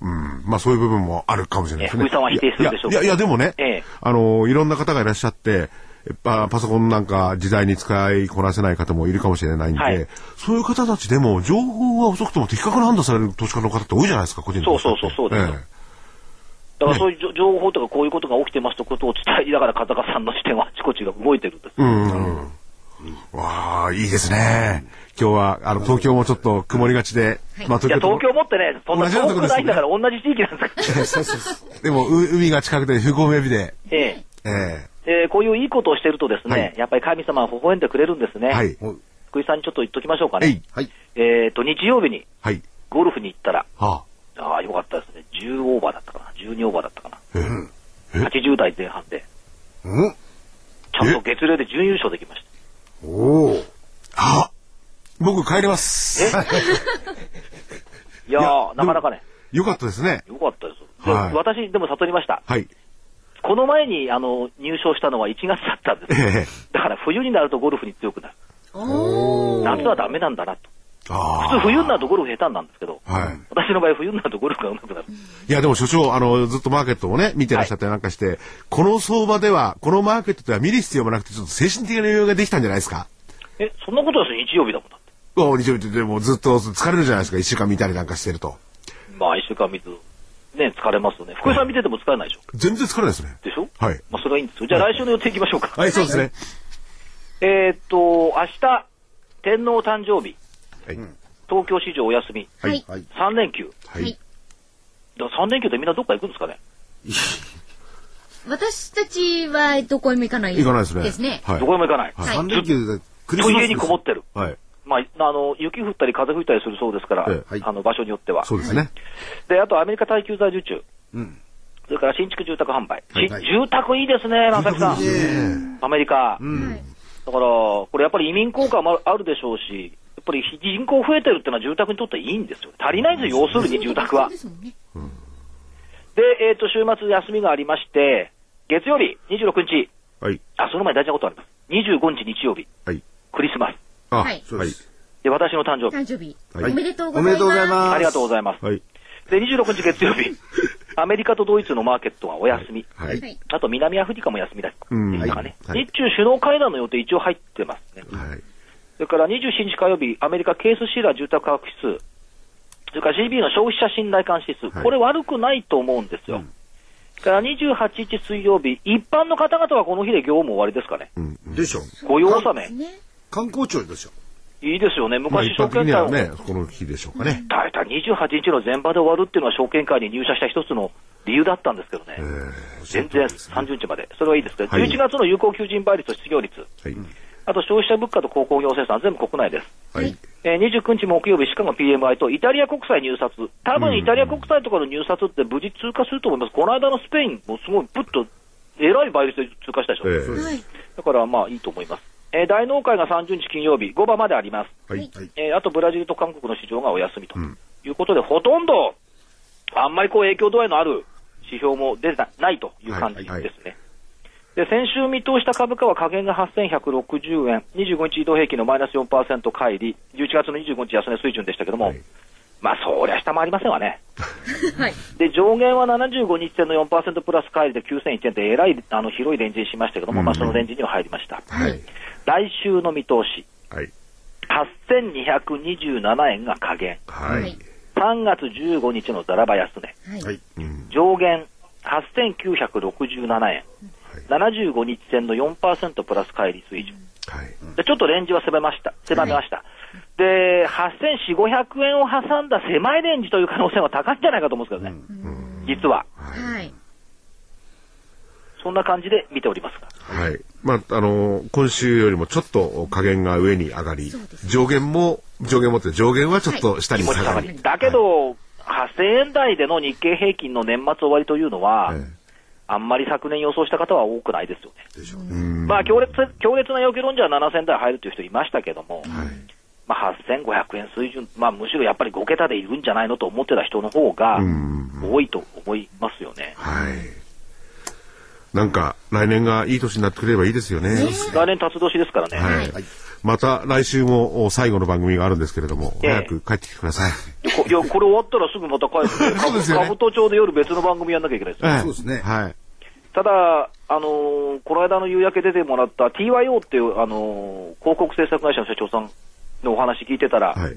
Speaker 3: うん。まあそういう部分もあるかもしれないですね。
Speaker 4: え福井さんは否定するでしょう
Speaker 3: い
Speaker 4: か
Speaker 3: や、いや、いやでもね、
Speaker 4: ええ
Speaker 3: あの、いろんな方がいらっしゃって、パパソコンなんか時代に使いこなせない方もいるかもしれないんで、
Speaker 4: はい
Speaker 3: そういう方たちでも情報が遅くとも的確な判断される投資家の方って多いじゃないですか、個人投資家って
Speaker 4: そうそうそうそうですよ
Speaker 3: え
Speaker 4: だからそういう情情報とかこういうことが起きてますということを伝えながら、片岡さんの視点はあちこちが動いてるんです。
Speaker 3: えうんうんうん。わあ、いいですね。今日は、あの、東京もちょっと曇りがちで、まあ
Speaker 4: いや、東京もってね、そんな
Speaker 3: 同じようなとこ
Speaker 4: 遠く
Speaker 3: ですね
Speaker 4: ないんだから、同じ地域なんですから。
Speaker 3: でも、う海が近くて、不合目日で、
Speaker 4: え
Speaker 3: え
Speaker 4: ええーこういういいことをしてるとですね、
Speaker 3: はい
Speaker 4: やっぱり神様は微笑んでくれるんですね。
Speaker 3: えはい。
Speaker 5: はい
Speaker 4: 福井さんにちょっと言っときましょうか
Speaker 3: えい
Speaker 4: ね。。
Speaker 5: はい
Speaker 4: えっ、と、日曜日に
Speaker 3: はい。
Speaker 4: ゴルフに行ったら、
Speaker 3: は
Speaker 4: ああ、よかったですね。10オーバーだったかな。12オーバーだったかな。
Speaker 3: あ。ええ
Speaker 4: 80代前半で、
Speaker 5: うん
Speaker 4: ちゃんと月齢で準優勝できまし
Speaker 5: おお
Speaker 3: あ僕帰ります。
Speaker 4: た。いや
Speaker 3: いや
Speaker 4: ー、なかなかね、
Speaker 3: よかったですね。
Speaker 4: よかったです。で
Speaker 3: はい
Speaker 4: 私、でも悟りました。
Speaker 3: はい。 *laughs*
Speaker 4: この前に、あの、入賞したのは1月だったんですよ。
Speaker 3: ええ
Speaker 4: だから冬になるとゴルフに強くなる。夏はダメなんだなと。
Speaker 3: あ
Speaker 4: 普通冬になるとゴルフ下手になるんですけど、
Speaker 3: はい
Speaker 4: 私の場合冬になるとゴルフが上手くなる。
Speaker 3: いや、でも所長、あの、ずっとマーケットをね、見てらっしゃったりなんかして、この相場では、このマーケットでは見る必要もなくて、ちょっと精神的な余裕ができたんじゃないですか。
Speaker 4: え、そんなことですよ、日曜日だもんだって。
Speaker 3: お日曜日ってでもずっと疲れるじゃないですか。一週間見たりなんかしてると。
Speaker 4: まあ、一週間見ず、ね、疲れますよね。福井さん見てても疲れないでしょ。
Speaker 3: 全然疲れないですね。
Speaker 4: でしょ
Speaker 3: はい
Speaker 4: まあ、それはいいんですよ。じゃあ来週の予定行きましょうか。
Speaker 3: はい、そうですね。
Speaker 4: えーっと、明日、天皇誕生日、
Speaker 3: はい。
Speaker 4: 東京市場お休み、
Speaker 2: はい。
Speaker 5: はい
Speaker 4: 3連休。
Speaker 3: はい。
Speaker 4: だ3連休ってみんなどっか行くんですかね、
Speaker 2: 私たちはどこにも行かない
Speaker 3: 行かないですね。
Speaker 2: ですね。
Speaker 3: はい
Speaker 4: ど。こにも行かない。
Speaker 3: はい
Speaker 5: 三連休でクリス
Speaker 4: と
Speaker 5: マスで
Speaker 4: 家
Speaker 5: す
Speaker 4: にこもってる。
Speaker 3: はい。
Speaker 4: まあ、あの、雪降ったり風吹いたりするそうですから、
Speaker 3: ええ
Speaker 5: はい
Speaker 4: あの、場所によっては。
Speaker 3: そうですね。
Speaker 4: で、あとアメリカ耐久財受注。
Speaker 5: うん
Speaker 4: それから新築住宅販売。
Speaker 5: はい
Speaker 4: し住宅いいですね、正木さん。アメリカ。
Speaker 5: うん
Speaker 4: だから、これやっぱり移民効果もあるあるでしょうし、やっぱり人口増えてるってのは住宅にとっていいんですよ。足りないんですよ、要するに住宅は
Speaker 2: *laughs* そうで。すもんね。
Speaker 4: で、えっ、と、週末休みがありまして、月曜日26日、
Speaker 3: はい。
Speaker 4: あ、その前に大事なことあります。25日日曜日、
Speaker 3: はい。
Speaker 4: クリスマス。
Speaker 3: あ、
Speaker 2: はい
Speaker 5: そうです
Speaker 4: で、私私の誕生日。
Speaker 2: 誕生日、
Speaker 5: はい
Speaker 2: おめでとうござ
Speaker 5: おめ
Speaker 2: い
Speaker 5: でとうござい
Speaker 2: ます。
Speaker 5: ます。
Speaker 4: ありがとうご
Speaker 5: い
Speaker 4: ざいます。
Speaker 3: はい。
Speaker 4: で、26日月
Speaker 3: *laughs*
Speaker 4: 曜日、アメリカとドイツのマーケットはお休み。
Speaker 3: は。
Speaker 2: はいい。
Speaker 4: あと南アフリカも休みだ。
Speaker 3: うん
Speaker 4: ですかね。
Speaker 3: はいはい
Speaker 4: 日中首脳会談の予定一応入ってますね。
Speaker 3: はい。
Speaker 4: それから27日火曜日、アメリカケースシーラー住宅価格指数、それから GB の消費者信頼感指数、
Speaker 3: はい
Speaker 4: これ悪くないと思うんですよ。それから28日水曜日、一般の方々はこの日で業務終わりですかね。
Speaker 3: うん。うん
Speaker 5: でしょ。
Speaker 4: 雇用納め。
Speaker 2: ね。
Speaker 5: 観光庁でしょ。
Speaker 4: いいですよね。
Speaker 3: まあ
Speaker 4: 昔
Speaker 3: 一
Speaker 4: 証
Speaker 3: 般的
Speaker 4: 券
Speaker 3: に
Speaker 4: 会
Speaker 3: は
Speaker 4: を、
Speaker 3: ね、この日でしょうかね。
Speaker 4: 大体28日の前場で終わるっていうのは証券会に入社した一つの理由だったんですけどね。全然30日まで。それはいいですけど、
Speaker 3: はい
Speaker 4: 11月の有効求人倍率と失業率、
Speaker 3: はい。
Speaker 4: あと消費者物価と鉱工業生産、全部国内です。
Speaker 3: はい。
Speaker 4: えー29日木曜日、シカゴ PMI とイタリア国債入札、多分イタリア国債とかの入札って無事通過すると思います、この間のスペインもすごい、ぶっと、えらい倍率で通過したでしょ、
Speaker 3: ええ
Speaker 2: はい。
Speaker 4: だからまあいいと思います、えー大納会が30日金曜日、5番まであります、
Speaker 3: はい。
Speaker 4: えーあとブラジルと韓国の市場がお休みということで、ほとんど、あんまりこう影響度合いのある指標も出てなないという感じですね。
Speaker 3: はいはい
Speaker 4: で先週見通した株価は下限が8160円、25日移動平均のマイナス4%乖離、11月の25日安値水準でしたけども、
Speaker 3: はい
Speaker 4: まあそりゃ下回りませんわね。
Speaker 2: *laughs* はい。
Speaker 4: で、上限は75日線の4%プラス乖離で9001円ってえらいあの広いレンジにしましたけども、まあそのレンジには入りました。
Speaker 3: はい。
Speaker 4: 来週の見通し、
Speaker 3: はい。
Speaker 4: 8227円が下限。
Speaker 3: は
Speaker 2: はいい。
Speaker 4: 3月15日のザラバ安値、
Speaker 2: はい。
Speaker 5: はい。
Speaker 3: うん。
Speaker 4: 上限8967円、75日線の4%プラス乖離水準、
Speaker 3: はい。
Speaker 4: でちょっとレンジは狭めました、狭めました、で8400、500円を挟んだ狭いレンジという可能性は高いんじゃないかと思うんですけどね、実は、
Speaker 2: はい。
Speaker 4: そんな感じで見ておりますが、
Speaker 3: はい。まあ、あの、今週よりもちょっと加減が上に上がり、上限も、上限もって、上限はちょっと下に
Speaker 4: 気持ち
Speaker 3: 下
Speaker 4: 下
Speaker 3: が
Speaker 4: が
Speaker 3: り。
Speaker 4: り、だけど、8000円台での日経平均の年末終わりというのは、
Speaker 3: ええ
Speaker 4: あんまり昨年予想した方は多くないですよね。
Speaker 5: でしょ。
Speaker 4: まあ強烈強烈な要求論者は7000台入るという人いましたけども、まあ、8500円水準、まあ、むしろやっぱり5桁でいるんじゃないのと思ってた人の方が多いと思いますよね。
Speaker 3: はい。なんか、来年がいい年になってくれればいいですよね。
Speaker 4: 来年、辰年ですからね、
Speaker 3: はい。また来週もお最後の番組があるんですけれども、
Speaker 4: ええ
Speaker 3: 早く帰ってきてください。
Speaker 4: こいやこれ終わったらすぐまた帰って、
Speaker 3: *laughs* そうですよね
Speaker 4: かぶと町で夜、別の番組やんなきゃいけないですよ、
Speaker 3: ええ
Speaker 5: そうですね
Speaker 3: はい。
Speaker 4: ただ、あのーこの間の夕焼け出てもらった TYO っていう、あのー広告制作会社の社長さんのお話聞いてたら、
Speaker 3: はい。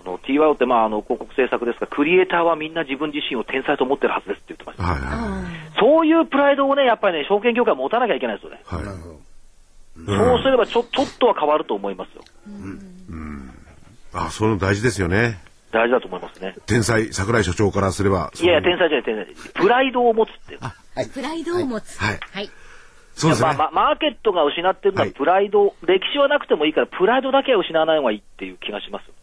Speaker 4: あの TYO って、まあ、あの広告制作ですが、クリエイターはみんな自分自身を天才と思ってるはずですって言ってました。
Speaker 3: はい。は
Speaker 4: そういうプライドをね、やっぱりね、証券業界持たなきゃいけないですよね。
Speaker 3: い。はい
Speaker 5: なるほど。
Speaker 4: そうすればちょ、ちょっとは変わると思いますよ。
Speaker 3: あ、そういうの大事ですよね。
Speaker 4: 大事だと思いますね。
Speaker 3: 天才、桜井所長からすれば。
Speaker 4: いやいや、天才じゃない、天才じゃない。プライドを持つっていう。
Speaker 2: プライドを持つ。
Speaker 3: はい
Speaker 2: はい。
Speaker 3: そうです
Speaker 4: まあ、
Speaker 3: ね。
Speaker 4: まあマーケットが失ってるの
Speaker 3: は
Speaker 4: はいプライド、歴史はなくてもいいから、プライドだけは失わない方がいいっていう気がしますよ。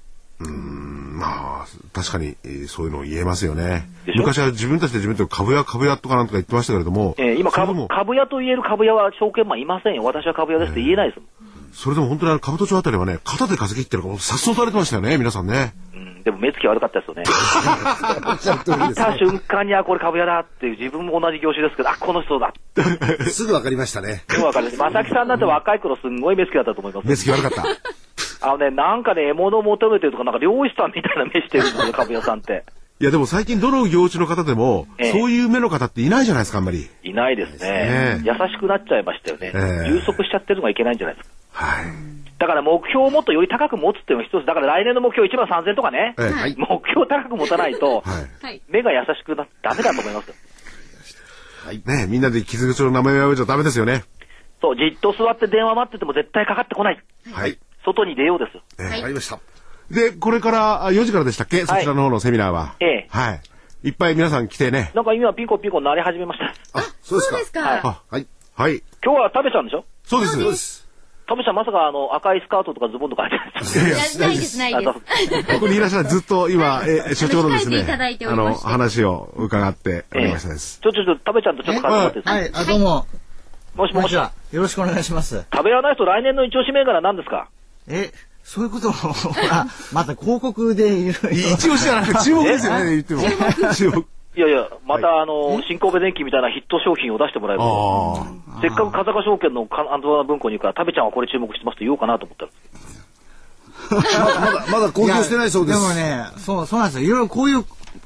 Speaker 3: まあ、確かに、えーそういうの言えますよね。
Speaker 4: でしょ
Speaker 3: 昔は自分たちで自分たちで株屋、株屋とかなんとか言ってましたけれども、
Speaker 4: えー今
Speaker 3: それで
Speaker 4: 株、
Speaker 3: も、
Speaker 4: 株屋と言える株屋は証券マンいませんよ。私は株屋ですって言えないですもん。
Speaker 3: それでも本当にあの株都庁あたりはね、肩で稼ぎってるから、さっそうとされてましたよね、皆さんね。
Speaker 4: うん、でも目つき悪かったですよね。見た瞬間に、あ、これ株屋だっていう、自分も同じ業種ですけど、あ、この人だ。
Speaker 5: *laughs* すぐわかりましたね。
Speaker 4: よくわかるんです。まさきさんなんて若い頃すんごい目つきだったと思いますよ
Speaker 3: 目。つき悪か
Speaker 5: *laughs*
Speaker 3: った。
Speaker 4: あのね、なんかね、獲物を求めてるとか、なんか漁師さんみたいな目してるんですよ、株屋さんって。
Speaker 3: いや、でも最近どの業種の方でも、
Speaker 4: ええ
Speaker 3: そういう目の方っていないじゃないですか、あんまり。
Speaker 4: いないです
Speaker 3: ね
Speaker 4: ね。優しくなっちゃいましたよね。
Speaker 3: ええ
Speaker 4: 充足しちゃってるのがいけないんじゃないですか。
Speaker 3: はい。
Speaker 4: だから目標をもっとより高く持つっていうのが一つ。だから来年の目標1万3000とかね。
Speaker 3: ええ
Speaker 2: はい
Speaker 4: 目標を高く持たないと、
Speaker 3: *laughs* はい。
Speaker 2: はい。
Speaker 4: 目が優しくなってダメだと思いますよ。
Speaker 3: ねみんなで傷口の名前を呼べちゃダメですよね。
Speaker 4: そう、じっと座って電話待ってても絶対かかってこない。
Speaker 5: はい。
Speaker 4: 外に出ようですよ。
Speaker 3: ええ
Speaker 5: わかりました。
Speaker 3: で、これからあ4時からでしたっけ、そちらの方のセミナーは。
Speaker 4: ええ
Speaker 3: はい。いっぱい皆さん来てね。
Speaker 4: なんか今ピンコピンコ鳴り始めました。
Speaker 5: あ、そうで
Speaker 2: そ
Speaker 5: す
Speaker 2: う
Speaker 5: か
Speaker 2: です。か。
Speaker 3: あ、
Speaker 5: はい。
Speaker 3: はい。
Speaker 4: 今日は食べちゃんでしょ
Speaker 3: そうです。
Speaker 5: そうです。
Speaker 4: 食べちゃんまさかあの赤いスカートとかズボンとかあいてないですよ。
Speaker 3: いやい
Speaker 2: い
Speaker 3: や
Speaker 2: やないです、ないです。
Speaker 3: ここにいらっしゃるずっと今、え、所長ので
Speaker 2: 控
Speaker 3: す
Speaker 2: えて
Speaker 3: ね
Speaker 2: いただい、てお
Speaker 3: あ
Speaker 2: りま
Speaker 3: の、
Speaker 2: して
Speaker 3: 話を伺っておりましたです。
Speaker 4: ちょ、ちょ、ちょ、食べちゃんとちょっと変わってもらっていいですか
Speaker 1: はい、あ、どうも。
Speaker 4: もし
Speaker 1: こ
Speaker 4: も
Speaker 1: んに
Speaker 4: し
Speaker 1: ち。は。よろしくお願いします。
Speaker 4: 食べらないと来年の一押し銘柄なんですか
Speaker 1: え、そういうことを、 *laughs* あ、また広告でいろいろ。
Speaker 3: 一押しじゃなくて注目ですよね、言っても。注目。
Speaker 4: いやいや、また、あの、新神戸電機みたいなヒット商品を出してもらえば、
Speaker 3: あ
Speaker 4: せっかく風賀証券のか安藤文庫に行くから、食べちゃんはこれ注目してますって言おうかなと思ったら、
Speaker 5: まだ、まだ公表してないそうです。
Speaker 1: やもね、そう、そうなんですよ。いろいろこういう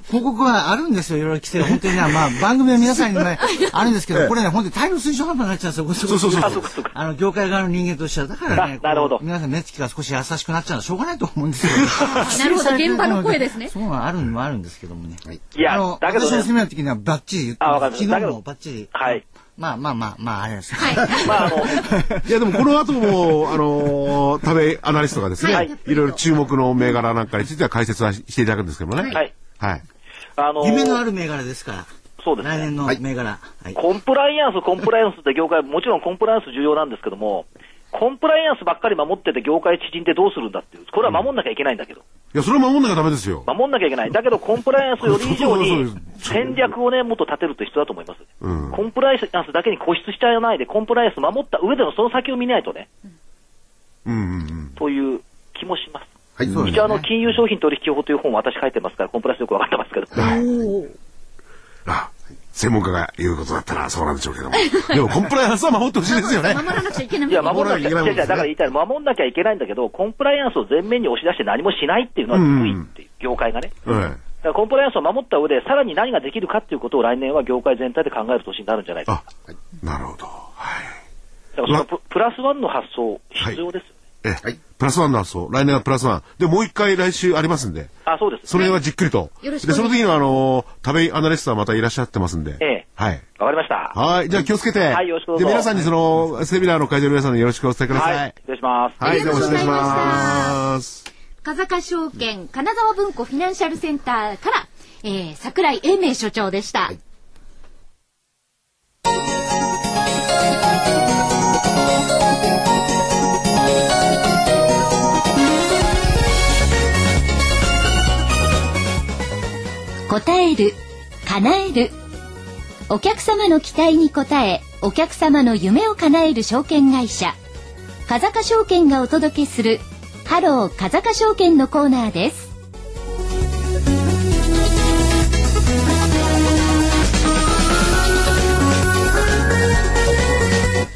Speaker 1: 広告はあるんですよ。いろいろ規制。本当にね、まあ、番組の皆さんに
Speaker 4: *laughs*
Speaker 1: もね、あるんですけ
Speaker 5: ええ
Speaker 1: ど、これね、本当に大量推奨販売になっちゃうんですよこれ。そうそう
Speaker 4: あそうかそうか
Speaker 1: あの、業界側の人間としては。だからね、
Speaker 4: あなるほど
Speaker 1: こう皆さん目つきが少し優しくなっちゃうのはしょうがないと思う
Speaker 4: *laughs*
Speaker 1: んですよ。
Speaker 6: なる
Speaker 1: *laughs*
Speaker 6: ほど現場の声ですね
Speaker 1: そうなのあるのもあるんですけどもね。
Speaker 4: いや
Speaker 1: あの、
Speaker 4: だけどね
Speaker 1: 私の責めの時にはバッチリ言って
Speaker 4: あわか
Speaker 1: ま。
Speaker 4: りますし
Speaker 1: 昨
Speaker 4: た
Speaker 1: 日もバッチリ。
Speaker 4: はい。
Speaker 1: まあまあまあ、まあ、あれです。
Speaker 4: まあ、あの、
Speaker 3: いやでもこの後も、あのー、食べアナリストがですね、
Speaker 6: はい
Speaker 3: い、ろいろ注目の銘柄なんかについては解説はしていただくんですけどもね。
Speaker 4: はい。
Speaker 3: はい。
Speaker 4: あの
Speaker 1: *laughs* 夢のある銘柄ですから。
Speaker 4: そうです
Speaker 1: 来
Speaker 4: ね
Speaker 1: 年。の銘柄。はい。
Speaker 4: コンプライアンス、コンプライアンスって業界、もちろんコンプライアンス重要なんですけども、コンプライアンスばっかり守ってて業界縮んでどうするんだっていう、これは守んなきゃいけないんだけど、
Speaker 3: いや、それは守んなきゃダメですよ。
Speaker 4: 守んなきゃいけない。だけど、コンプライアンスより以上に
Speaker 3: そうそうそう
Speaker 4: 戦略をね、もっと立てるって必要だと思います。
Speaker 3: うん
Speaker 4: コンプライアンスだけに固執しちゃわないで、コンプライアンス守った上でのその先を見ないとね、
Speaker 3: うんうんうん。
Speaker 4: という気もします。
Speaker 5: はい、そうです
Speaker 4: 一応、あの、金融商品取引法という本を私書いてますから、コンプライアンスよくわかってますけど。
Speaker 3: あ、専門家が言うことだったらそうなんでしょうけども。でもコンプライアンスは守ってほしいですよ
Speaker 2: *laughs*
Speaker 3: ね。
Speaker 6: 守らなくちゃいけない
Speaker 4: いや、守らなきゃい
Speaker 3: 守らなきゃいけないもんです
Speaker 4: けない。
Speaker 3: ね
Speaker 4: だから言いたいのは、守んなきゃいけないんだけど、コンプライアンスを前面に押し出して何もしないっていうのは低いっていう、業界がね。
Speaker 3: うん。
Speaker 4: だからコンプライアンスを守った上で、さらに何ができるかっていうことを来年は業界全体で考える年になるんじゃないか。
Speaker 3: あ、なるほど。はい。
Speaker 4: だからそのププラスワンの発想、必要ですよね。
Speaker 3: え、プラスワンの発想。来年はプラスワン。で、もう一回来週ありますんで。
Speaker 4: あ、そうです。
Speaker 3: その辺はじっくりと。
Speaker 6: よろしくお
Speaker 3: で、
Speaker 6: 願い
Speaker 3: その時には、あのー、食べアナリストはまたいらっしゃってますんで。
Speaker 4: ええ
Speaker 3: はい。
Speaker 4: わかりました。は
Speaker 3: はい。じゃあ気をつけて。
Speaker 4: はいよろしくどうぞ
Speaker 3: で、皆さんにその、セミナーの会場の皆さんによろしくお伝えください。
Speaker 4: い。失礼します。
Speaker 3: はい、どうも失礼します。
Speaker 2: 風賀証券金沢文庫フィナンシャルセンターから、えー、桜井英明所長でした。答える叶えるお客様の期待に応えお客様の夢を叶える証券会社風賀証券がお届けするハロー風賀証券のコーナーです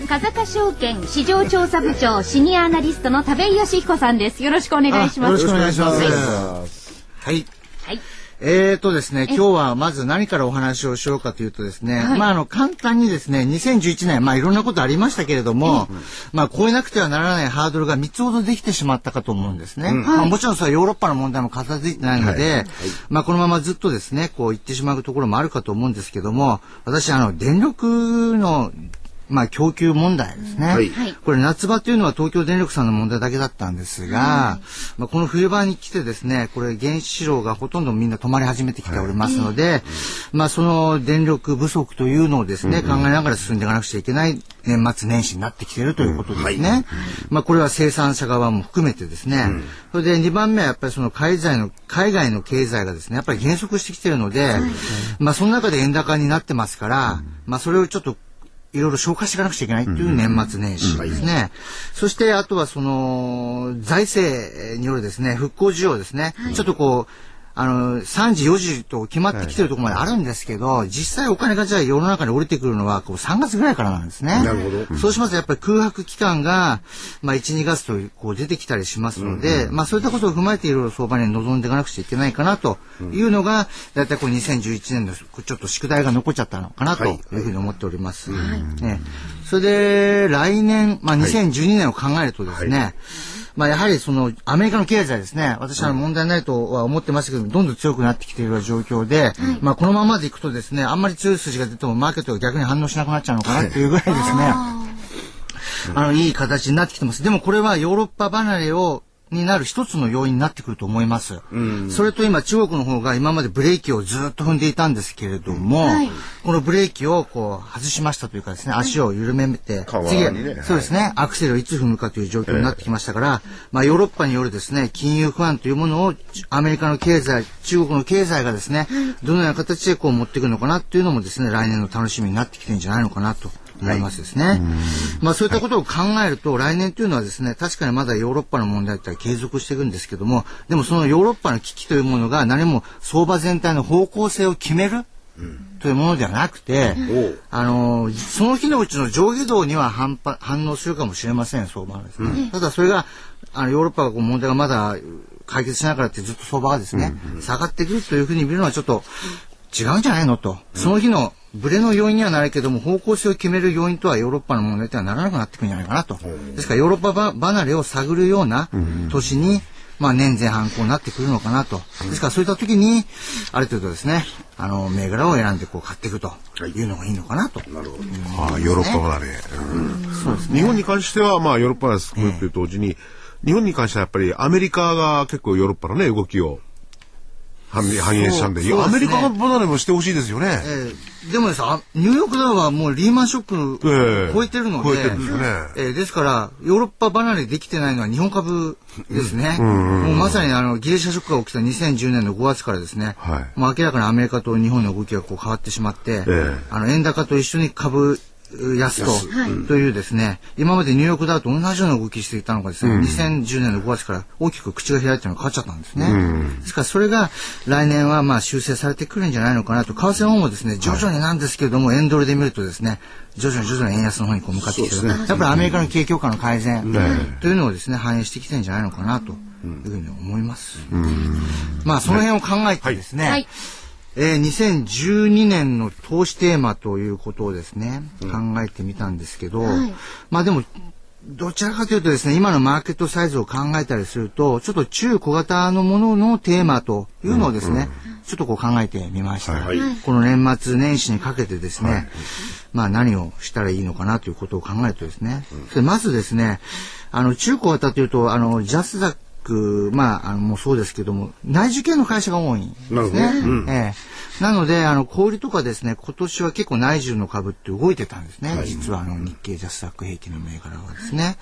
Speaker 2: 風賀証券市場調査部長シニアアナリストの田部井義彦さんですよろしくお願いし
Speaker 1: あよ
Speaker 2: ま
Speaker 1: ろし
Speaker 2: す
Speaker 1: くお願いしま
Speaker 5: よろしくお
Speaker 1: す。はい。
Speaker 2: はい
Speaker 1: えーとですね、今日はまず何からお話をしようかというとですね、まああの簡単にですね、2011年、まあいろんなことありましたけれども、まあ超えなくてはならないハードルが3つほどできてしまったかと思うんですね。まあ、もちろんそれはヨーロッパの問題も片付いてないので、まあこのままずっとですね、こう行ってしまうところもあるかと思うんですけども、私あの電力のまあ、供給問題ですね、
Speaker 5: はい
Speaker 1: これ夏場というのは東京電力さんの問題だけだったんですが、まあ、この冬場に来てですねこれ原子炉がほとんどみんな止まり始めてきておりますので、まあ、その電力不足というのをですね、考えながら進んでいかなくちゃいけない年末年始になってきているということですね、まあ、これは生産者側も含めてですね、それで2番目はやっぱりその海外の海外の経済がですねやっぱり減速してきているので、まあ、その中で円高になってますから、まあ、それをちょっといろいろ消化していかなくちゃいけないっていう年末年始ですね。そして、あとはその、財政によるですね、復興需要ですね。ちょっとこう、あの、3時、4時と決まってきてるところまであるんですけど、実際お金がじゃあ世の中に降りてくるのは、こう3月ぐらいからなんですね。
Speaker 5: なるほど
Speaker 1: そうしますと、やっぱり空白期間が、まあ、1、2月とこう出てきたりしますので、まあ、そういったことを踏まえて、いろいろ相場に臨んでいかなくちゃいけないかなというのが、だいたいこう2011年のちょっと宿題が残っちゃったのかなというふうに思っております。ねそれで、来年、まあ、2012年を考えるとですね、まあ、やはりそのアメリカの経済ですね、私は問題ないとは思ってましたけど、どんどん強くなってきているような状況で、まあ、このままでいくとですね、あんまり強い数字が出てもマーケットが逆に反応しなくなっちゃうのかなっていうぐらいですね。あの、いい形になってきてます。でもこれはヨーロッパ離れを、になる一つの要因になってくると思います。それと今中国の方が今までブレーキをずっと踏んでいたんですけれども、このブレーキをこう外しましたというかですね、足を緩めて、
Speaker 5: 緩和
Speaker 1: 次は
Speaker 5: にね
Speaker 1: そうですね、アクセルをいつ踏むかという状況になってきましたから、まあヨーロッパによるですね、金融不安というものをちアメリカの経済、中国の経済がですね、どのような形でこう持っていくのかなっていうのもですね、来年の楽しみになってきてるんじゃないのかなと思いますですね。まあそういったことを考えると、来年というのはですね、確かにまだヨーロッパの問題ってのは継続していくんですけども、でもそのヨーロッパの危機というものが何も相場全体の方向性を決めるというものではなくて、あのーその日のうちの上下動には反発反応するかもしれません相場はですね、ただそれがあのヨーロッパがこう問題がまだ解決しながらってずっと相場がですね、下がってくるというふうに見るのはちょっと違うんじゃないのと、その日のブレの要因にはなるけども方向性を決める要因とはヨーロッパの問題ではならなくなってくるんじゃないかなと、ですからヨーロッパば離れを探るような年に、まあ、年前半こうなってくるのかなと。ですからそういった時に、ある程度ですね、あの、銘柄を選んでこう買っていくというのがいいのかなと。なるほど。
Speaker 3: ああ、ヨーロッパ離れ。そうですね。日本に関しては、まあ、ヨーロッパが進むという同時に、日本に関してはやっぱりアメリカが結構ヨーロッパのね、動きを反反映したんで、い
Speaker 1: そ
Speaker 3: や
Speaker 1: うで
Speaker 3: ア
Speaker 1: すね
Speaker 3: メリカ離れもしてほしいですよね。
Speaker 1: えーでもですあニューヨークダウはもうリーマンショッ
Speaker 3: え
Speaker 1: ク
Speaker 3: え
Speaker 1: を超えてるの
Speaker 3: 超
Speaker 1: で、
Speaker 3: えてるんですよね
Speaker 1: えーですから、ヨーロッパ離れできてないのは日本株ですね。もうまさにあの、ギリシャショックが起きた2010年の5月からですね、
Speaker 3: はい
Speaker 1: もう明らかにアメリカと日本の動きがこう変わってしまって、
Speaker 3: ええ
Speaker 1: あの、円高と一緒に株、う安と、というですね、今までニューヨークダウと同じような動きしていたのがですね、2010年の5月から大きく口が開いたのが変わっちゃったんですね。ですからそれが来年はまあ修正されてくるんじゃないのかなと、為替の方もですね、徐々になんですけれども、円ドルで見るとですね、徐々に徐々に円安の方にこう向かってきてる。やっぱりアメリカの景況感の改善というのをですね、反映してきてるんじゃないのかなというふうに思います。まあその辺を考えてですね、
Speaker 6: はい
Speaker 1: えー2012年の投資テーマということをですね、考えてみたんですけど、まあでも、どちらかというとですね、今のマーケットサイズを考えたりすると、ちょっと中小型のもののテーマというのをですね、ちょっとこう考えてみました。この年末年始にかけてですね、まあ何をしたらいいのかなということを考えるとですね、でまずですね、あの中小型というと、あのジャスダック、まあ、あのもうそうですけども、内需系の会社が多いんですね。
Speaker 5: なるほどね
Speaker 1: ええなので、あの、小売りとかですね、今年は結構内需の株って動いてたんですね。実は、あの、日経ジャスダック平均の銘柄はですね。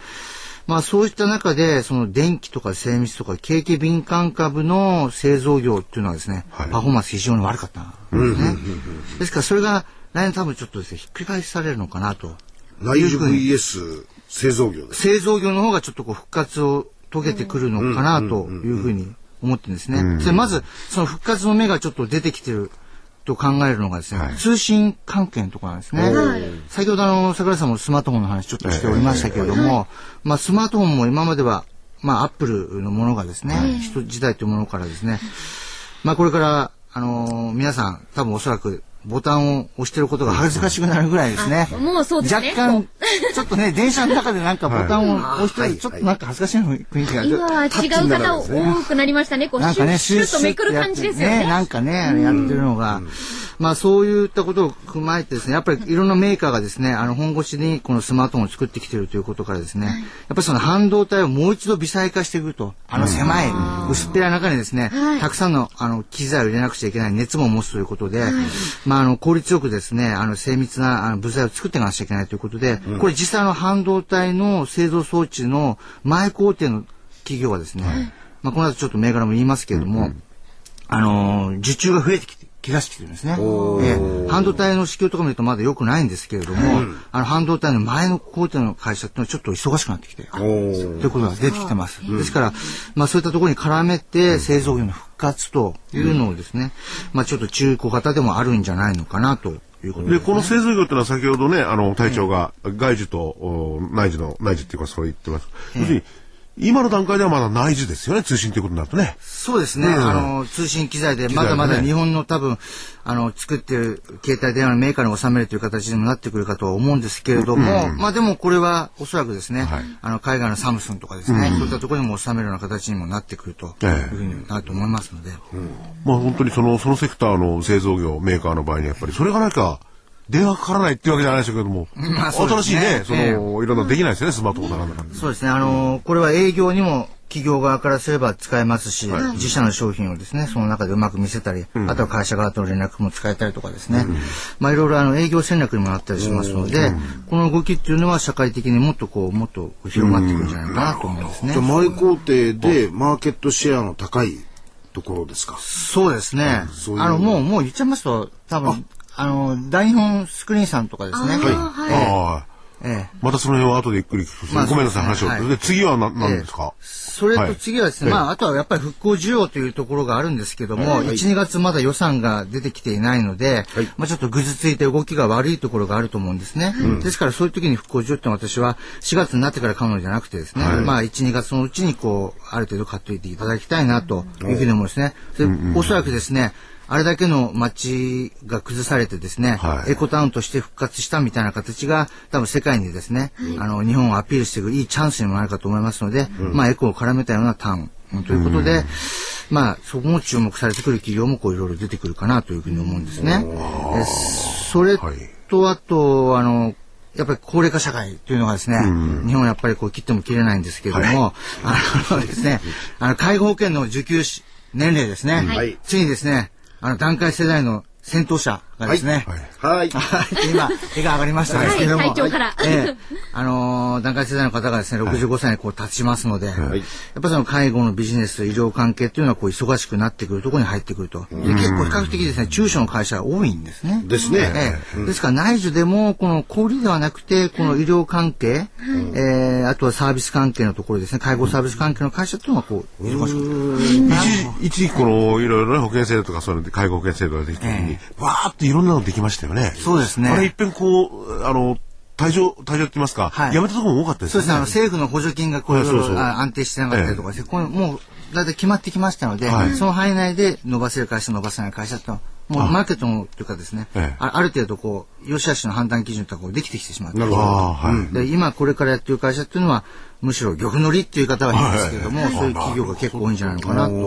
Speaker 1: まあ、そういった中で、その、電気とか精密とか、景気敏感株の製造業っていうのはですね、
Speaker 3: はい
Speaker 1: パフォーマンス非常に悪かったんですね。ですから、それが、来年多分ちょっとですね、ひっくり返されるのかなと。
Speaker 5: 内需 VS 製造業です。
Speaker 1: 製造業の方がちょっとこう復活を遂げてくるのかなというふうに思ってるんですね。でまずその復活の芽がちょっと出てきてると考えるのがですね、
Speaker 3: はい
Speaker 1: 通信関係のところなんですね。先ほどあの桜井さんもスマートフォンの話ちょっとしておりましたけれども、まあスマートフォンも今まではまあアップルのものがですね、人時代というものからですね、まあこれから、あのー皆さん多分おそらくボタンを押してることが恥ずかしくなるぐらいですね。
Speaker 6: あもうそうですね
Speaker 1: 若干、 *laughs* ちょっとね、電車の中でなんかボタンを押したり、ちょっとなんか恥ずかしい雰囲気が。
Speaker 6: 今は違う方多くなりましたね。こう
Speaker 1: なん
Speaker 6: シ
Speaker 1: か
Speaker 6: ュッ
Speaker 1: ね、
Speaker 6: シュッとめくる感じですよ
Speaker 1: シュッシュッとやって
Speaker 6: ね。
Speaker 1: なんかね、あれやってるのが、まあそういったことを踏まえてですね、やっぱりいろんなメーカーがですね、あの本腰にこのスマートフォンを作ってきてるということからですね、やっぱりその半導体をもう一度微細化していくと、あの狭い、薄っぺらい中にですね、たくさんのあの機材を入れなくちゃいけない熱も持つということで、まああの効率よくですね、あの精密なあの部材を作っていかなくちゃいけないということで、これ実際の半導体の製造装置の前工程の企業はですね、まあこの後ちょっと銘柄も言いますけれども、あのー受注が増えてきて、気がしてきてるんですね。ええ半導体の支給とか見るとまだ良くないんですけれども、あの半導体の前の工程の会社っていうのはちょっと忙しくなってきてるということが出てきてます。ですから、まあそういったところに絡めて製造業の復活というのをですね、まあちょっと中古型でもあるんじゃないのかなということ
Speaker 3: で、
Speaker 1: で
Speaker 3: この製造業ってのは先ほどね、あの、隊長が外需とお内需の、内需っていうかそう言ってます。要するに、今の段階ではまだ内需ですよね、通信っていうことになるとね。
Speaker 1: そうですね、
Speaker 3: うん
Speaker 1: あの通信機材で
Speaker 3: 材
Speaker 1: ま
Speaker 3: ね
Speaker 1: だまだ日本の多分あの作ってる携帯電話のメーカーに収めるという形にもなってくるかとは思うんですけれども、まあでもこれはおそらくですね、
Speaker 3: はい
Speaker 1: あの海外のサムスンとかですね、そういったところにも収めるような形にもなってくるとい
Speaker 3: え
Speaker 1: う
Speaker 3: え
Speaker 1: ふうになると思いますので、
Speaker 3: まあ本当にその、そのセクターの製造業、メーカーの場合にやっぱり、それがなんか、電話かからないっていうわけじゃないでしょうけども、
Speaker 1: まあそうで
Speaker 3: 新
Speaker 1: す
Speaker 3: しい
Speaker 1: ね
Speaker 3: ね、その、
Speaker 1: ええ
Speaker 3: いろんなできないですよね、スマートフォンなんだかんだ。
Speaker 1: そうですね、あのこれは営業にも企業側からすれば使えますし、自社の商品をですね、その中でうまく見せたり、あとは会社側との連絡も使えたりとかですね、まあいろいろあの営業戦略にもなったりしますので、この動きっていうのは社会的にもっとこう、もっと広まってくるんじゃないかなと思いますね。
Speaker 5: じゃあ前工程でマーケットシェアの高いところですか。
Speaker 1: そうですね。
Speaker 5: そういう
Speaker 1: あの、もう、もう言っちゃいますと、多分、あの、大日本スクリーンさんとかですね、
Speaker 3: ああ、
Speaker 1: ええ
Speaker 3: またその辺は後でゆっくり聞く。
Speaker 1: まあ
Speaker 3: ごめんなさい、話
Speaker 1: そうで
Speaker 3: を。
Speaker 1: すねはい
Speaker 3: で、次はな何ですか、
Speaker 1: それと次はですね、
Speaker 3: はい
Speaker 1: まあ、あとはやっぱり復興需要というところがあるんですけども、1、2月まだ予算が出てきていないので、まあちょっとぐずついて動きが悪いところがあると思うんですね。ですからそういう時に復興需要ってのは私は4月になってから買うのじゃなくてですね、まあ1、2月のうちにこう、ある程度買っておいていただきたいなというふうに思うんですね。でおそらくですね、あれだけの街が崩されてですね、
Speaker 3: はい
Speaker 1: エコタウンとして復活したみたいな形が多分世界にですね、あの日本をアピールしていくいいチャンスにもなるかと思いますので、まあエコを絡めたようなタウンうんということで、まあそこも注目されてくる企業もこういろいろ出てくるかなというふうに思うんですね。えそれとあとあのやっぱり高齢化社会というのがですね、日本はやっぱりこう切っても切れないんですけれども、あのですね、あの介護保険の受給し年齢ですね、
Speaker 5: い
Speaker 1: ついにですね、あの段階世代の先頭者がですね、
Speaker 3: はい
Speaker 5: はい。
Speaker 1: はい *laughs* 今、手が上がりましたですけども、
Speaker 6: はい会長から
Speaker 1: ええあのー、段階世代の方がですね、65歳にこう立ちますので、やっぱりその介護のビジネス、医療関係っていうのはこう忙しくなってくるところに入ってくると。で結構比較的ですね、中小の会社が多いんですね。
Speaker 5: ですね。
Speaker 1: ええですから内需でも、この小売ではなくて、この医療関係、ええあとはサービス関係のところですね、介護サービス関係の会社っていうのはこう、忙しくなる
Speaker 3: 一時、一時この、いろいろね、保険制度とかそういうので、介護保険制度ができた時に、わーっていろんなのできましたよね。
Speaker 1: そうですね
Speaker 3: あれ、一遍こう、あの、退場、退場って言いますか、
Speaker 1: はい
Speaker 3: やめたところも多かったです
Speaker 1: そう
Speaker 3: よ
Speaker 1: ですね、あの政府の補助金がこういろい
Speaker 3: はいそう
Speaker 1: ろ
Speaker 3: そう
Speaker 1: あ安定してなかったりとかして、これもう大体決まってきましたので、
Speaker 3: はい
Speaker 1: その範囲内で伸ばせる会社、伸ばせない会社と、もうマーケットのというかですね、
Speaker 3: ええ
Speaker 1: あある程度こう、良し悪しの判断基準とかこうできてきてしまっている
Speaker 3: ああー、はい。
Speaker 1: で今これからやってる会社っていうのは、むしろ玉乗りっていう方はいいんですけれども、そういう企業が結構多いんじゃないのかなと思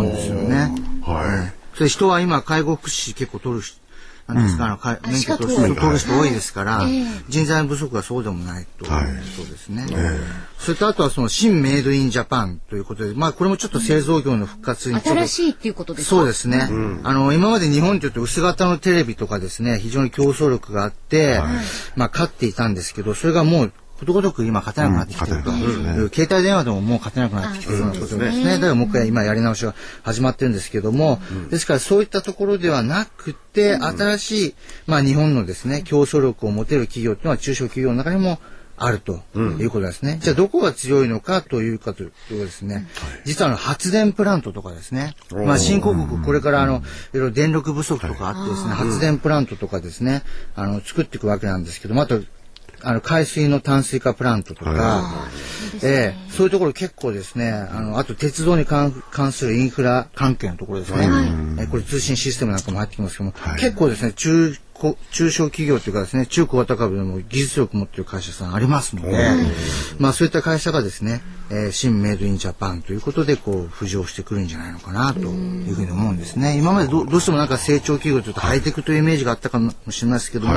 Speaker 1: うんですよね。
Speaker 3: はい。
Speaker 1: それ人は今介護福祉結構取るしなんですか、あのか免許取る
Speaker 3: 資
Speaker 1: 人
Speaker 3: 格を
Speaker 1: 取る人多いですから、人材不足はそうでもないと、
Speaker 3: はい
Speaker 1: そうですね、それとあとはその新メイドインジャパンということで、まあ、これもちょっと製造業の復活にちょっと
Speaker 6: 新しいっていうことですか
Speaker 1: そうですね。あの、今まで日本って言うと薄型のテレビとかですね、非常に競争力があって、まあ、勝っていたんですけど、それがもう、ことごとく今勝てなくなってきてると。携帯電話でももう勝てなくなってきてるようなことですね。だからもう一回今やり直しが始まってるんですけども、ですからそういったところではなくて、新しい、まあ日本のですね、競争力を持てる企業っていうのは中小企業の中にもあるということですね。じゃあどこが強いのかというかというとですね、実はあの発電プラントとかですね、まあ新興国これからあの、いろいろ電力不足とかあってですね、発電プラントとかですね、あの、作っていくわけなんですけども、あと、あの、海水の淡水化プラントとか、ええ、そういうところ結構ですね、あの、あと鉄道に関関するインフラ関係のところですね、えこれ通信システムなんかも入ってきますけども、結構ですね、中こ中小企業というかですね、中小型株でも技術力持っている会社さんありますので、まあそういった会社がですね、えー新メイドインジャパンということでこう浮上してくるんじゃないのかなというふうに思うんですね。今までどどうしてもなんか成長企業というとハイテクというイメージがあったかもしれないですけども、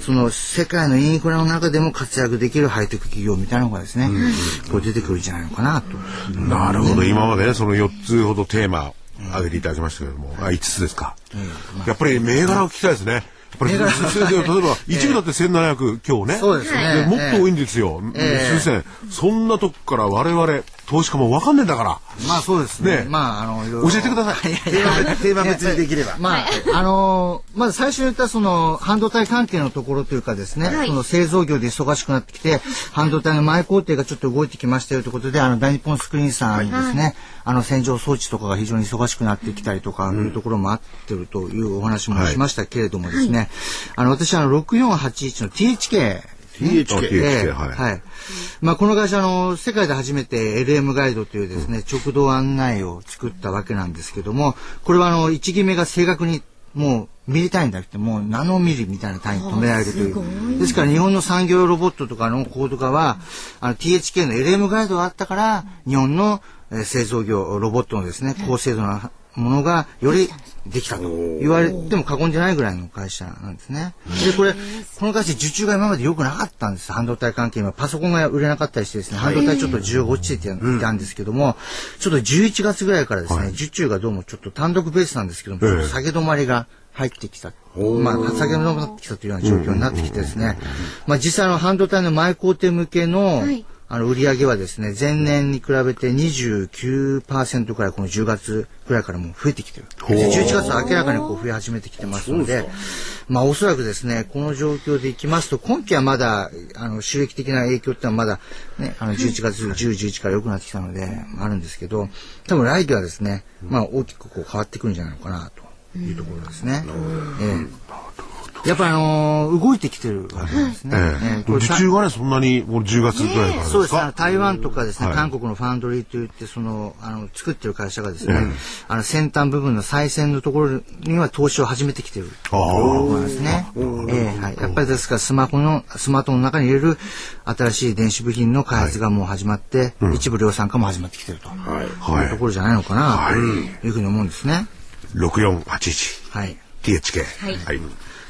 Speaker 1: その世界のインフラの中でも活躍できるハイテク企業みたいなのがですね、こう出てくるんじゃないのかなと。
Speaker 3: なるほど。今までね、その4つほどテーマ挙げていただきましたけれども、あ、5つですか。やっぱり銘柄を聞きたいですね。やっぱり先生、例えば、一部だって1700、今日ね。
Speaker 1: そうですね
Speaker 3: もっと多いんですよ。
Speaker 1: ええ
Speaker 3: 数千。そんなとこから我々、投資家もわかんねえんだから。
Speaker 1: まあそうですね。
Speaker 3: ね
Speaker 1: まああ *laughs* のいろいろ
Speaker 3: 教えてください。
Speaker 5: テーマテーマ別にできれば。
Speaker 1: まあ、あのーまず最初に言ったその半導体関係のところというかですね、
Speaker 6: はい
Speaker 1: その製造業で忙しくなってきて、半導体の前工程がちょっと動いてきましたよということで、あの、大日本スクリーンさんですね、あの、洗浄装置とかが非常に忙しくなってきたりとか、いうところもあってるというお話もしましたけれどもですね、あの、私はあの、6481の THK ですね、
Speaker 3: THK はい
Speaker 1: はい。まあ、この会社あの世界で初めて LM ガイドというですね、直道案内を作ったわけなんですけども、これはあの1決めが正確にもうミリ単位だけてもうナノミリみたいな単位に止められるという。ですから日本の産業ロボットとかのコード化は、あの THK の LM ガイドがあったから、日本のえー製造業、ロボットのですね、高精度なものがよりできたと言われても過言じゃないぐらいの会社なんですね。で、これ、この会社受注が今まで良くなかったんです。半導体関係、今パソコンが売れなかったりしてですね、半導体ちょっと需要が落ちていたんですけども、ちょっと11月ぐらいからですね、受注がどうもちょっと単独ベースなんですけども、ちょっと下げ止まりが入ってきた。まあ、下げ止まってきたというような状況になってきてですね、まあ実際あの半導体の前工程向けの、
Speaker 6: はい
Speaker 1: あの売り上げはですね、前年に比べて29%くらい、この10月くらいからもう増えてきてる。で11月は明らかにこう増え始めてきてますので、まあおそらくですね、この状況でいきますと、今期はまだ、あの、収益的な影響ってのはまだ、ね、あの、11月、10、11から良くなってきたので、あるんですけど、多分来期はですね、まあ大きくこう変わってくるんじゃないのかなというところですね。ええやっぱあのー動いてきてるわけですね。ええ
Speaker 3: ええ。
Speaker 1: これ
Speaker 3: 受注がね、そんなに、もう10月ぐらいからですか
Speaker 1: そうですね。あの台湾とかですね、
Speaker 3: はい
Speaker 1: 韓国のファンドリーといって、その、あの、作ってる会社がですね、あの、先端部分の再選のところには投資を始めてきてる。
Speaker 3: あ
Speaker 1: そう
Speaker 3: あ。
Speaker 1: なんですね。ええはい。やっぱりですから、スマホの、スマートフォンの中に入れる新しい電子部品の開発がもう始まって、一部量産化も始まってきてると。
Speaker 5: はい。
Speaker 3: は
Speaker 1: と
Speaker 3: い。
Speaker 1: ころじゃないのかな、
Speaker 3: はい
Speaker 1: というふうに思うんですね。
Speaker 3: 6481。
Speaker 1: はい。
Speaker 3: THK。
Speaker 2: い
Speaker 3: はい。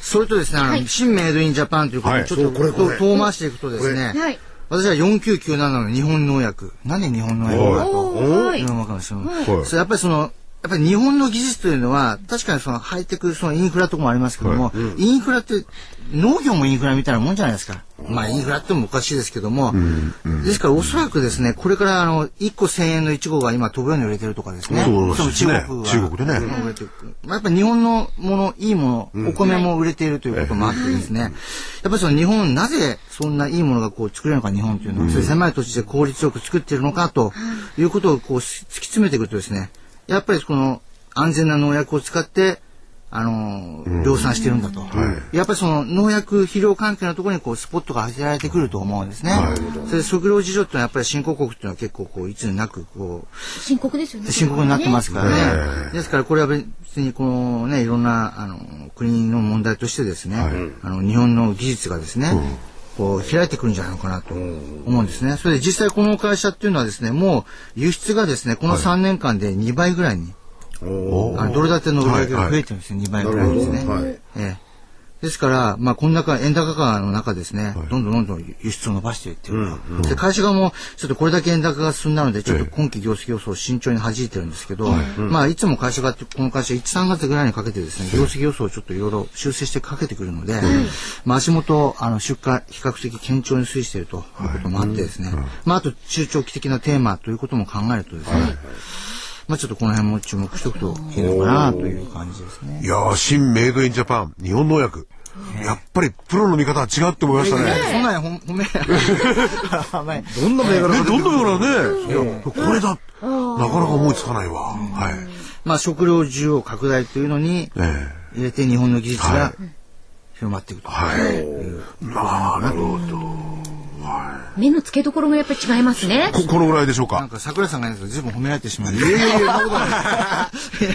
Speaker 1: それとですね、あの新メイドインジャパンということ
Speaker 3: は
Speaker 1: で、
Speaker 3: い
Speaker 1: ちょっと
Speaker 5: そうこれこれ
Speaker 1: 遠回していくとですね、
Speaker 2: はい。
Speaker 1: 私は4997の日本農薬。なんで日本農薬だと
Speaker 2: おーはい
Speaker 1: いうのかもしれない。
Speaker 3: はい
Speaker 1: そうやっぱりその、やっぱり日本の技術というのは、確かにそのハイテク、そのインフラとかもありますけども、インフラって、農業もインフラみたいなもんじゃないですか。まあインフラってもおかしいですけども、ですからおそらくですね、これからあの、1個1000円のイチゴが今飛ぶように売れてるとかですね。
Speaker 3: そうですね
Speaker 1: その
Speaker 3: 中国でね
Speaker 1: うん売れてるまあやっぱ日本のもの、いいもの、お米も売れているということもあってですね、やっぱりその日本、なぜそんないいものがこう作れるのか、日本というのは、そういう狭い土地で効率よく作っているのかということをこうし突き詰めていくとですね、やっぱりこの安全な農薬を使って、あのー量産してるんだと、やっぱりその農薬肥料関係のところにこうスポットが当てられてくると思うんですね。それで食料事情っていうのはやっぱり新興国っていうのは結構こういつになくこう
Speaker 2: 深刻ですよね。。
Speaker 1: 深刻になってますすからね。ですからこれは別にこのね、いろんなあの国の問題としてですね、あの日本の技術がですね、こう開いてくるんじゃないのかなと思うんですね。それで実際この会社っていうのはですね、もう輸出がですね、この3年間で2倍ぐらいに、
Speaker 5: おー
Speaker 1: あのドル建ての売り上げが増えてるんですよ、2倍ぐらいですね。
Speaker 5: はい。
Speaker 1: ええですから、まあ、この中、円高価の中ですね、どんどんどんどん輸出を伸ばしていってると、で、会社側も、ちょっとこれだけ円高が進んだので、ちょっと今期業績予想を慎重に弾いてるんですけど、まあ、いつも会社が、この会社、1、3月ぐらいにかけてですね、業績予想をちょっといろいろ修正してかけてくるので、まあ、足元、あの、出荷、比較的堅調に推移しているということもあってですね、まあ、あと、中長期的なテーマということも考えるとですね、まあ、ちょっとこの辺も注目しておくといいのかなという感じですね。
Speaker 3: いやー、新メイドインジャパン、日本農薬。やっぱりプロの見方は違うって思いましたね。
Speaker 1: そんなんほん褒め。あんまり
Speaker 5: どんな銘柄
Speaker 3: ね、
Speaker 5: が出
Speaker 3: どん
Speaker 5: てくる
Speaker 3: どんね、いやこれだ、なかなか思いつかないわ。はい。
Speaker 1: まあ食料需要拡大というのに
Speaker 3: ええ
Speaker 1: 入れて日本の技術
Speaker 3: は
Speaker 1: が
Speaker 3: い
Speaker 1: 広まっていくと。
Speaker 3: はい。なるほど。
Speaker 2: 目の付けどころがやっぱり違いますね。
Speaker 3: こ、このぐらいでしょう
Speaker 1: なん
Speaker 3: か。
Speaker 1: か桜井さんがいないと随分褒められてしまう。い
Speaker 5: いやいや、そんなこ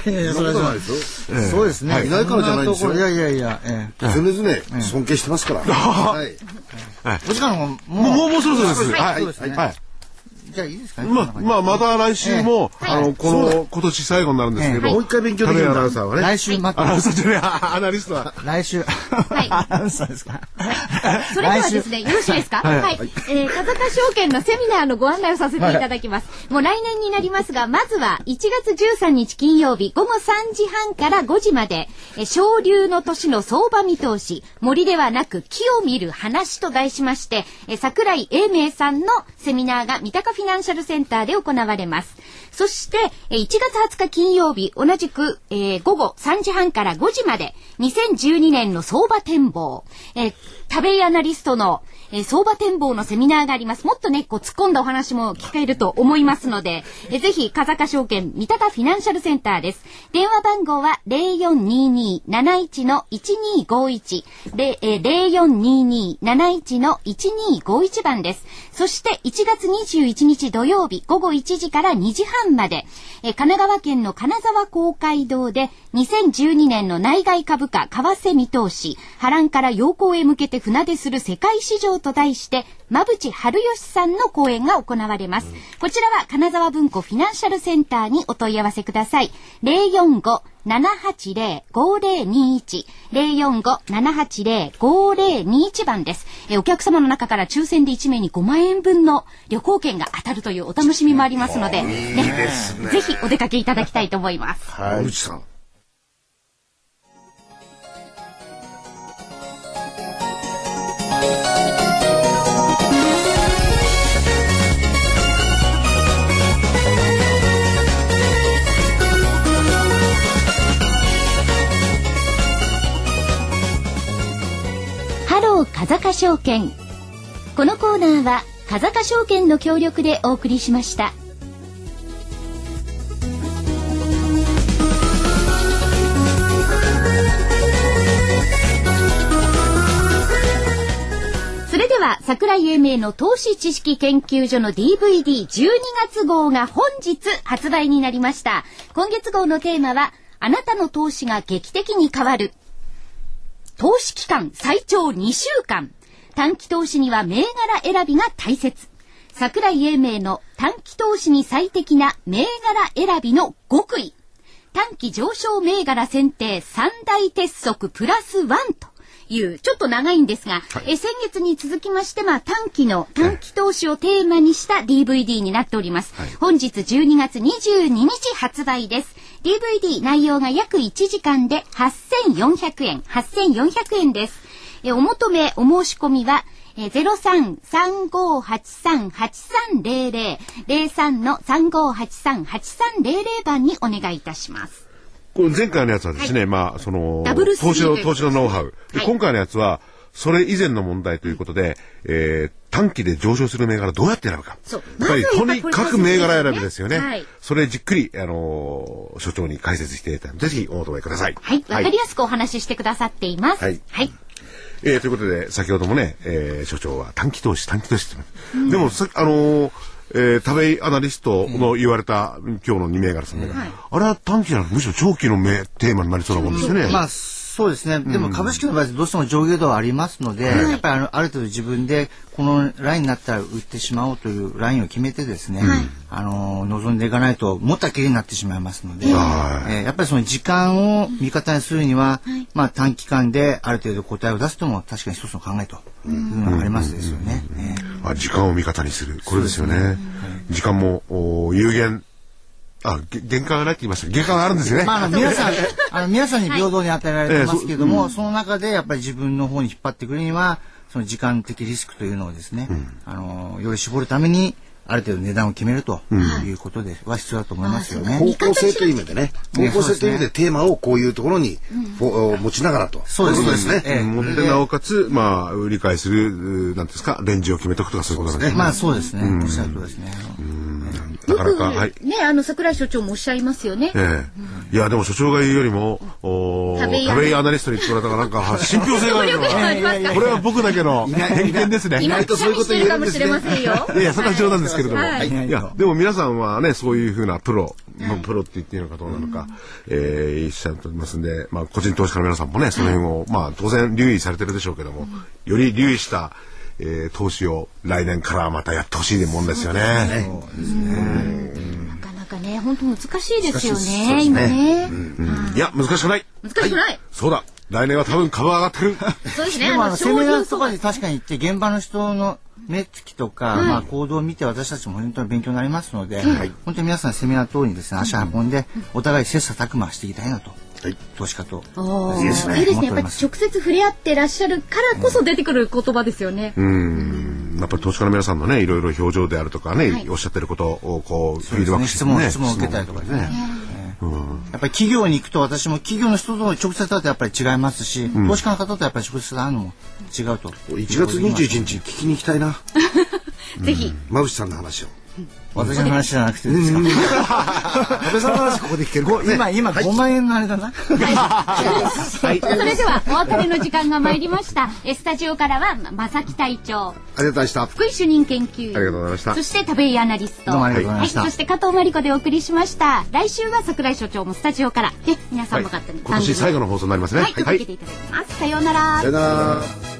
Speaker 5: とない
Speaker 1: やいや
Speaker 5: そんな *laughs* ことないですよ。
Speaker 1: そうですね。
Speaker 5: いないからじゃないんですよ
Speaker 1: そところいやいやいや。ええ
Speaker 5: 常々尊敬してますから。はい。
Speaker 1: お時間の方
Speaker 3: もう、
Speaker 1: も
Speaker 3: もうそろそろです。
Speaker 1: は
Speaker 3: はいい。
Speaker 1: そうですね
Speaker 3: はい。
Speaker 1: う、じゃあいいですかね。
Speaker 3: ま
Speaker 1: こ
Speaker 3: あ、
Speaker 1: んな
Speaker 3: まあ、また来週も、あの、この、今年最後になるんですけ
Speaker 5: もう
Speaker 3: ど、
Speaker 5: 一回勉強できるアナウンサーはね。
Speaker 1: 感じ来週待
Speaker 3: ア
Speaker 1: っ
Speaker 3: ナウ *laughs*
Speaker 1: て。
Speaker 3: ンサーじゃねえあアナリストは。
Speaker 1: 来週。
Speaker 2: い
Speaker 1: アナウンサーですか。
Speaker 2: それではですね、よろしいですかはい。えー、風賀証券のセミナーのご案内をさせていただきます。もう来年になりますが、まずは1月13日金曜日午後3時半から5時まで、えー昇流の年の相場見通し、森ではなく木を見る話と題しまして、えー桜井英明さんのセミナーが三鷹フィナンシャルセンターで行われます。そして、えー1月20日金曜日、同じく、えー午後3時半から5時まで、2012年の相場展望、えー、食べアナリストの、えー相場展望のセミナーがあります。もっとね、こう、突っ込んだお話も聞けると思いますので、えーぜひ、風賀証券、三鷹フィナンシャルセンターです。電話番号は0422-71-1251、でえー0422-71-1251番です。そして、1月21日土曜日、午後1時から2時半まで、えー神奈川県の金沢公会堂で、2012年の内外株価、為替見通し、波乱から陽光へ向けて船出する世界市場と題して、馬淵春吉さんの講演が行われます。こちらは金沢文庫フィナンシャルセンターにお問い合わせください。045-780-5021。045-780-5021番です。えーお客様の中から抽選で1名に5万円分の旅行券が当たるというお楽しみもありますので、ねぜひお出かけいただきたいと思います。
Speaker 5: はい。内さん。
Speaker 2: 坂証券このコーナーは風坂証券の協力でお送りしました。それでは桜井英明の投資知識研究所の DVD12 月号が本日発売になりました今月号のテーマはあなたの投資が劇的に変わる投資期間最長2週間短期投資には銘柄選びが大切桜井英明の短期投資に最適な銘柄選びの極意短期上昇銘柄選定三大鉄則プラスワンという、ちょっと長いんですが、え先月に続きまして、まあ、短期の、短期投資をテーマにした DVD になっております。本日12月22日発売です。DVD 内容が約1時間で8400円、8400円です。えお求め、お申し込みは、えー、03-3583-8300、03-3583-8300番にお願いいたします。
Speaker 3: これ前回のやつはですね、まあ、その
Speaker 2: ダブル、スリーと
Speaker 3: 投資の、
Speaker 2: いう
Speaker 3: 投資のノウハウ。で
Speaker 2: はい
Speaker 3: 今回のやつは、それ以前の問題ということで、えー短期で上昇する銘柄どうやって選ぶか。
Speaker 2: そう
Speaker 3: やっぱり、
Speaker 2: まずはやっ
Speaker 3: とに
Speaker 2: ぱりこれ
Speaker 3: かく銘柄選びですよね。
Speaker 2: はい
Speaker 3: それじっくり、あのー所長に解説していただいて、ぜひお求めください。
Speaker 2: はい、わかりやすくお話ししてくださっています。
Speaker 3: はい
Speaker 2: はい
Speaker 3: えーということで、先ほどもね、えー所長は短期投資、短期投資って言ってますでもさ、あのーえー、食べアナリストの言われた、今日の2銘柄、3銘柄、あれは短期じゃなくて、むしろ長期のめテーマになりそうなもんですよね。
Speaker 1: まあそうですね、でも株式の場合どうしても上下動はありますので、やっぱりあのある程度自分でこのラインになったら売ってしまおうというラインを決めてですね、あの望んでいかないともったきりになってしまいますので、え
Speaker 3: はい
Speaker 1: ーやっぱりその時間を味方にするには、まあ、短期間である程度答えを出すとも確かに一つの考えというのがありますですよね。えー
Speaker 3: あ時間を味方にする。これですよね。時間もお有限。あ、げ限界がないって言いましたけど限界があるんですよね。
Speaker 1: まあ、あの皆さん、あの皆さんに平等に与えられてますけども、その中でやっぱり自分の方に引っ張ってくるには、その時間的リスクというのをですね、あのより絞るために、ある程度値段を決めるということでは必要だと思いますよね。
Speaker 5: 方向性という意味でね。方向性という意味でテーマをこういうところに、こう持ちながらと。
Speaker 1: そうです
Speaker 5: こ
Speaker 1: ね
Speaker 5: いことですね。
Speaker 1: ええ
Speaker 3: 持ってなおかつ、まあ、理解する、うなんていうんですか、レンジを決めとくとかそういうことなんですね。
Speaker 1: まあそうですね。おっしゃるとりですね。
Speaker 3: なかなか、はい。
Speaker 6: ね、あの、桜井所長もおっしゃいますよね。
Speaker 3: ええ。いや、でも所長が言うよりも、お
Speaker 6: 食べ屋
Speaker 3: 食べアナリストに言ってもらったから、なんか、は信憑性があるのは、これは僕だけの偏見ですね。
Speaker 6: 今、
Speaker 3: い
Speaker 6: くしゃみしてるかもしれませんよ。
Speaker 3: やいや、それは冗談ですけれども。
Speaker 6: はい
Speaker 3: いや、でも皆さんはね、そういうふうなプロ、まあプロって言っていいのかどうなのか、えー、いらっしゃると思いますんで、まあ、個人投資家の皆さんもね、その辺を、まあ、当然留意されてるでしょうけども、より留意した、えー、投資を来年からまたやってほしいもんですよね。
Speaker 6: なかなかね、本当難しいですよね、今ね。
Speaker 3: うんいや、難しくない。
Speaker 6: 難しくない。
Speaker 3: そうだ。来年は多分株上がってる。
Speaker 6: そうですね、
Speaker 1: で
Speaker 6: あ
Speaker 1: もあ
Speaker 6: の、
Speaker 1: の、
Speaker 6: 商
Speaker 1: セミナ
Speaker 6: 品
Speaker 1: ーと
Speaker 6: 相場
Speaker 1: かで確かに行って、現場の人の目つきとか、まあ行動を見て私たちも本当に勉強になりますので、本当に皆さんセミナー等にですね、足運んで、お互い切磋琢磨していきたいなと、投資家と。
Speaker 6: おー
Speaker 1: いいですね
Speaker 6: いいですね。やっぱり
Speaker 1: 思っており
Speaker 6: 直
Speaker 1: ます
Speaker 6: 接触れ合ってらっしゃるからこそ出てくる言葉ですよね。
Speaker 3: うんやっぱり投資家の皆さんのね、いろいろ表情であるとかね、おっしゃってることをこう、フィードバックして
Speaker 1: 質
Speaker 3: ね、
Speaker 1: 問質問を受けたりとかですね。やっぱり企業に行くと私も企業の人との直接だとやっぱり違いますし、投資家の方とやっぱり直接会うのも違うと。
Speaker 5: 1月21日聞きに行きたいな。
Speaker 6: ぜひ、
Speaker 5: 馬淵さんの話を。
Speaker 1: 私の話じゃなくてですか。
Speaker 5: 安倍さんの話ここで聞けるからね。
Speaker 1: 今、今5万円のあれだな。
Speaker 2: それではお別れの時間が参りました。えスタジオからは正木隊長、
Speaker 5: ありがとうございました。
Speaker 2: 福井主任研究員、
Speaker 3: ありがとうございました
Speaker 2: そして田部井アナリスト、
Speaker 1: どうもありがとうございました
Speaker 2: はい、そして加藤真理子でお送りしました。来週は桜井所長もスタジオから、で皆さんも方に、
Speaker 3: 今年最後の放送になりますね。
Speaker 2: はい、届けていただきます。さようなら
Speaker 5: さよ。なら。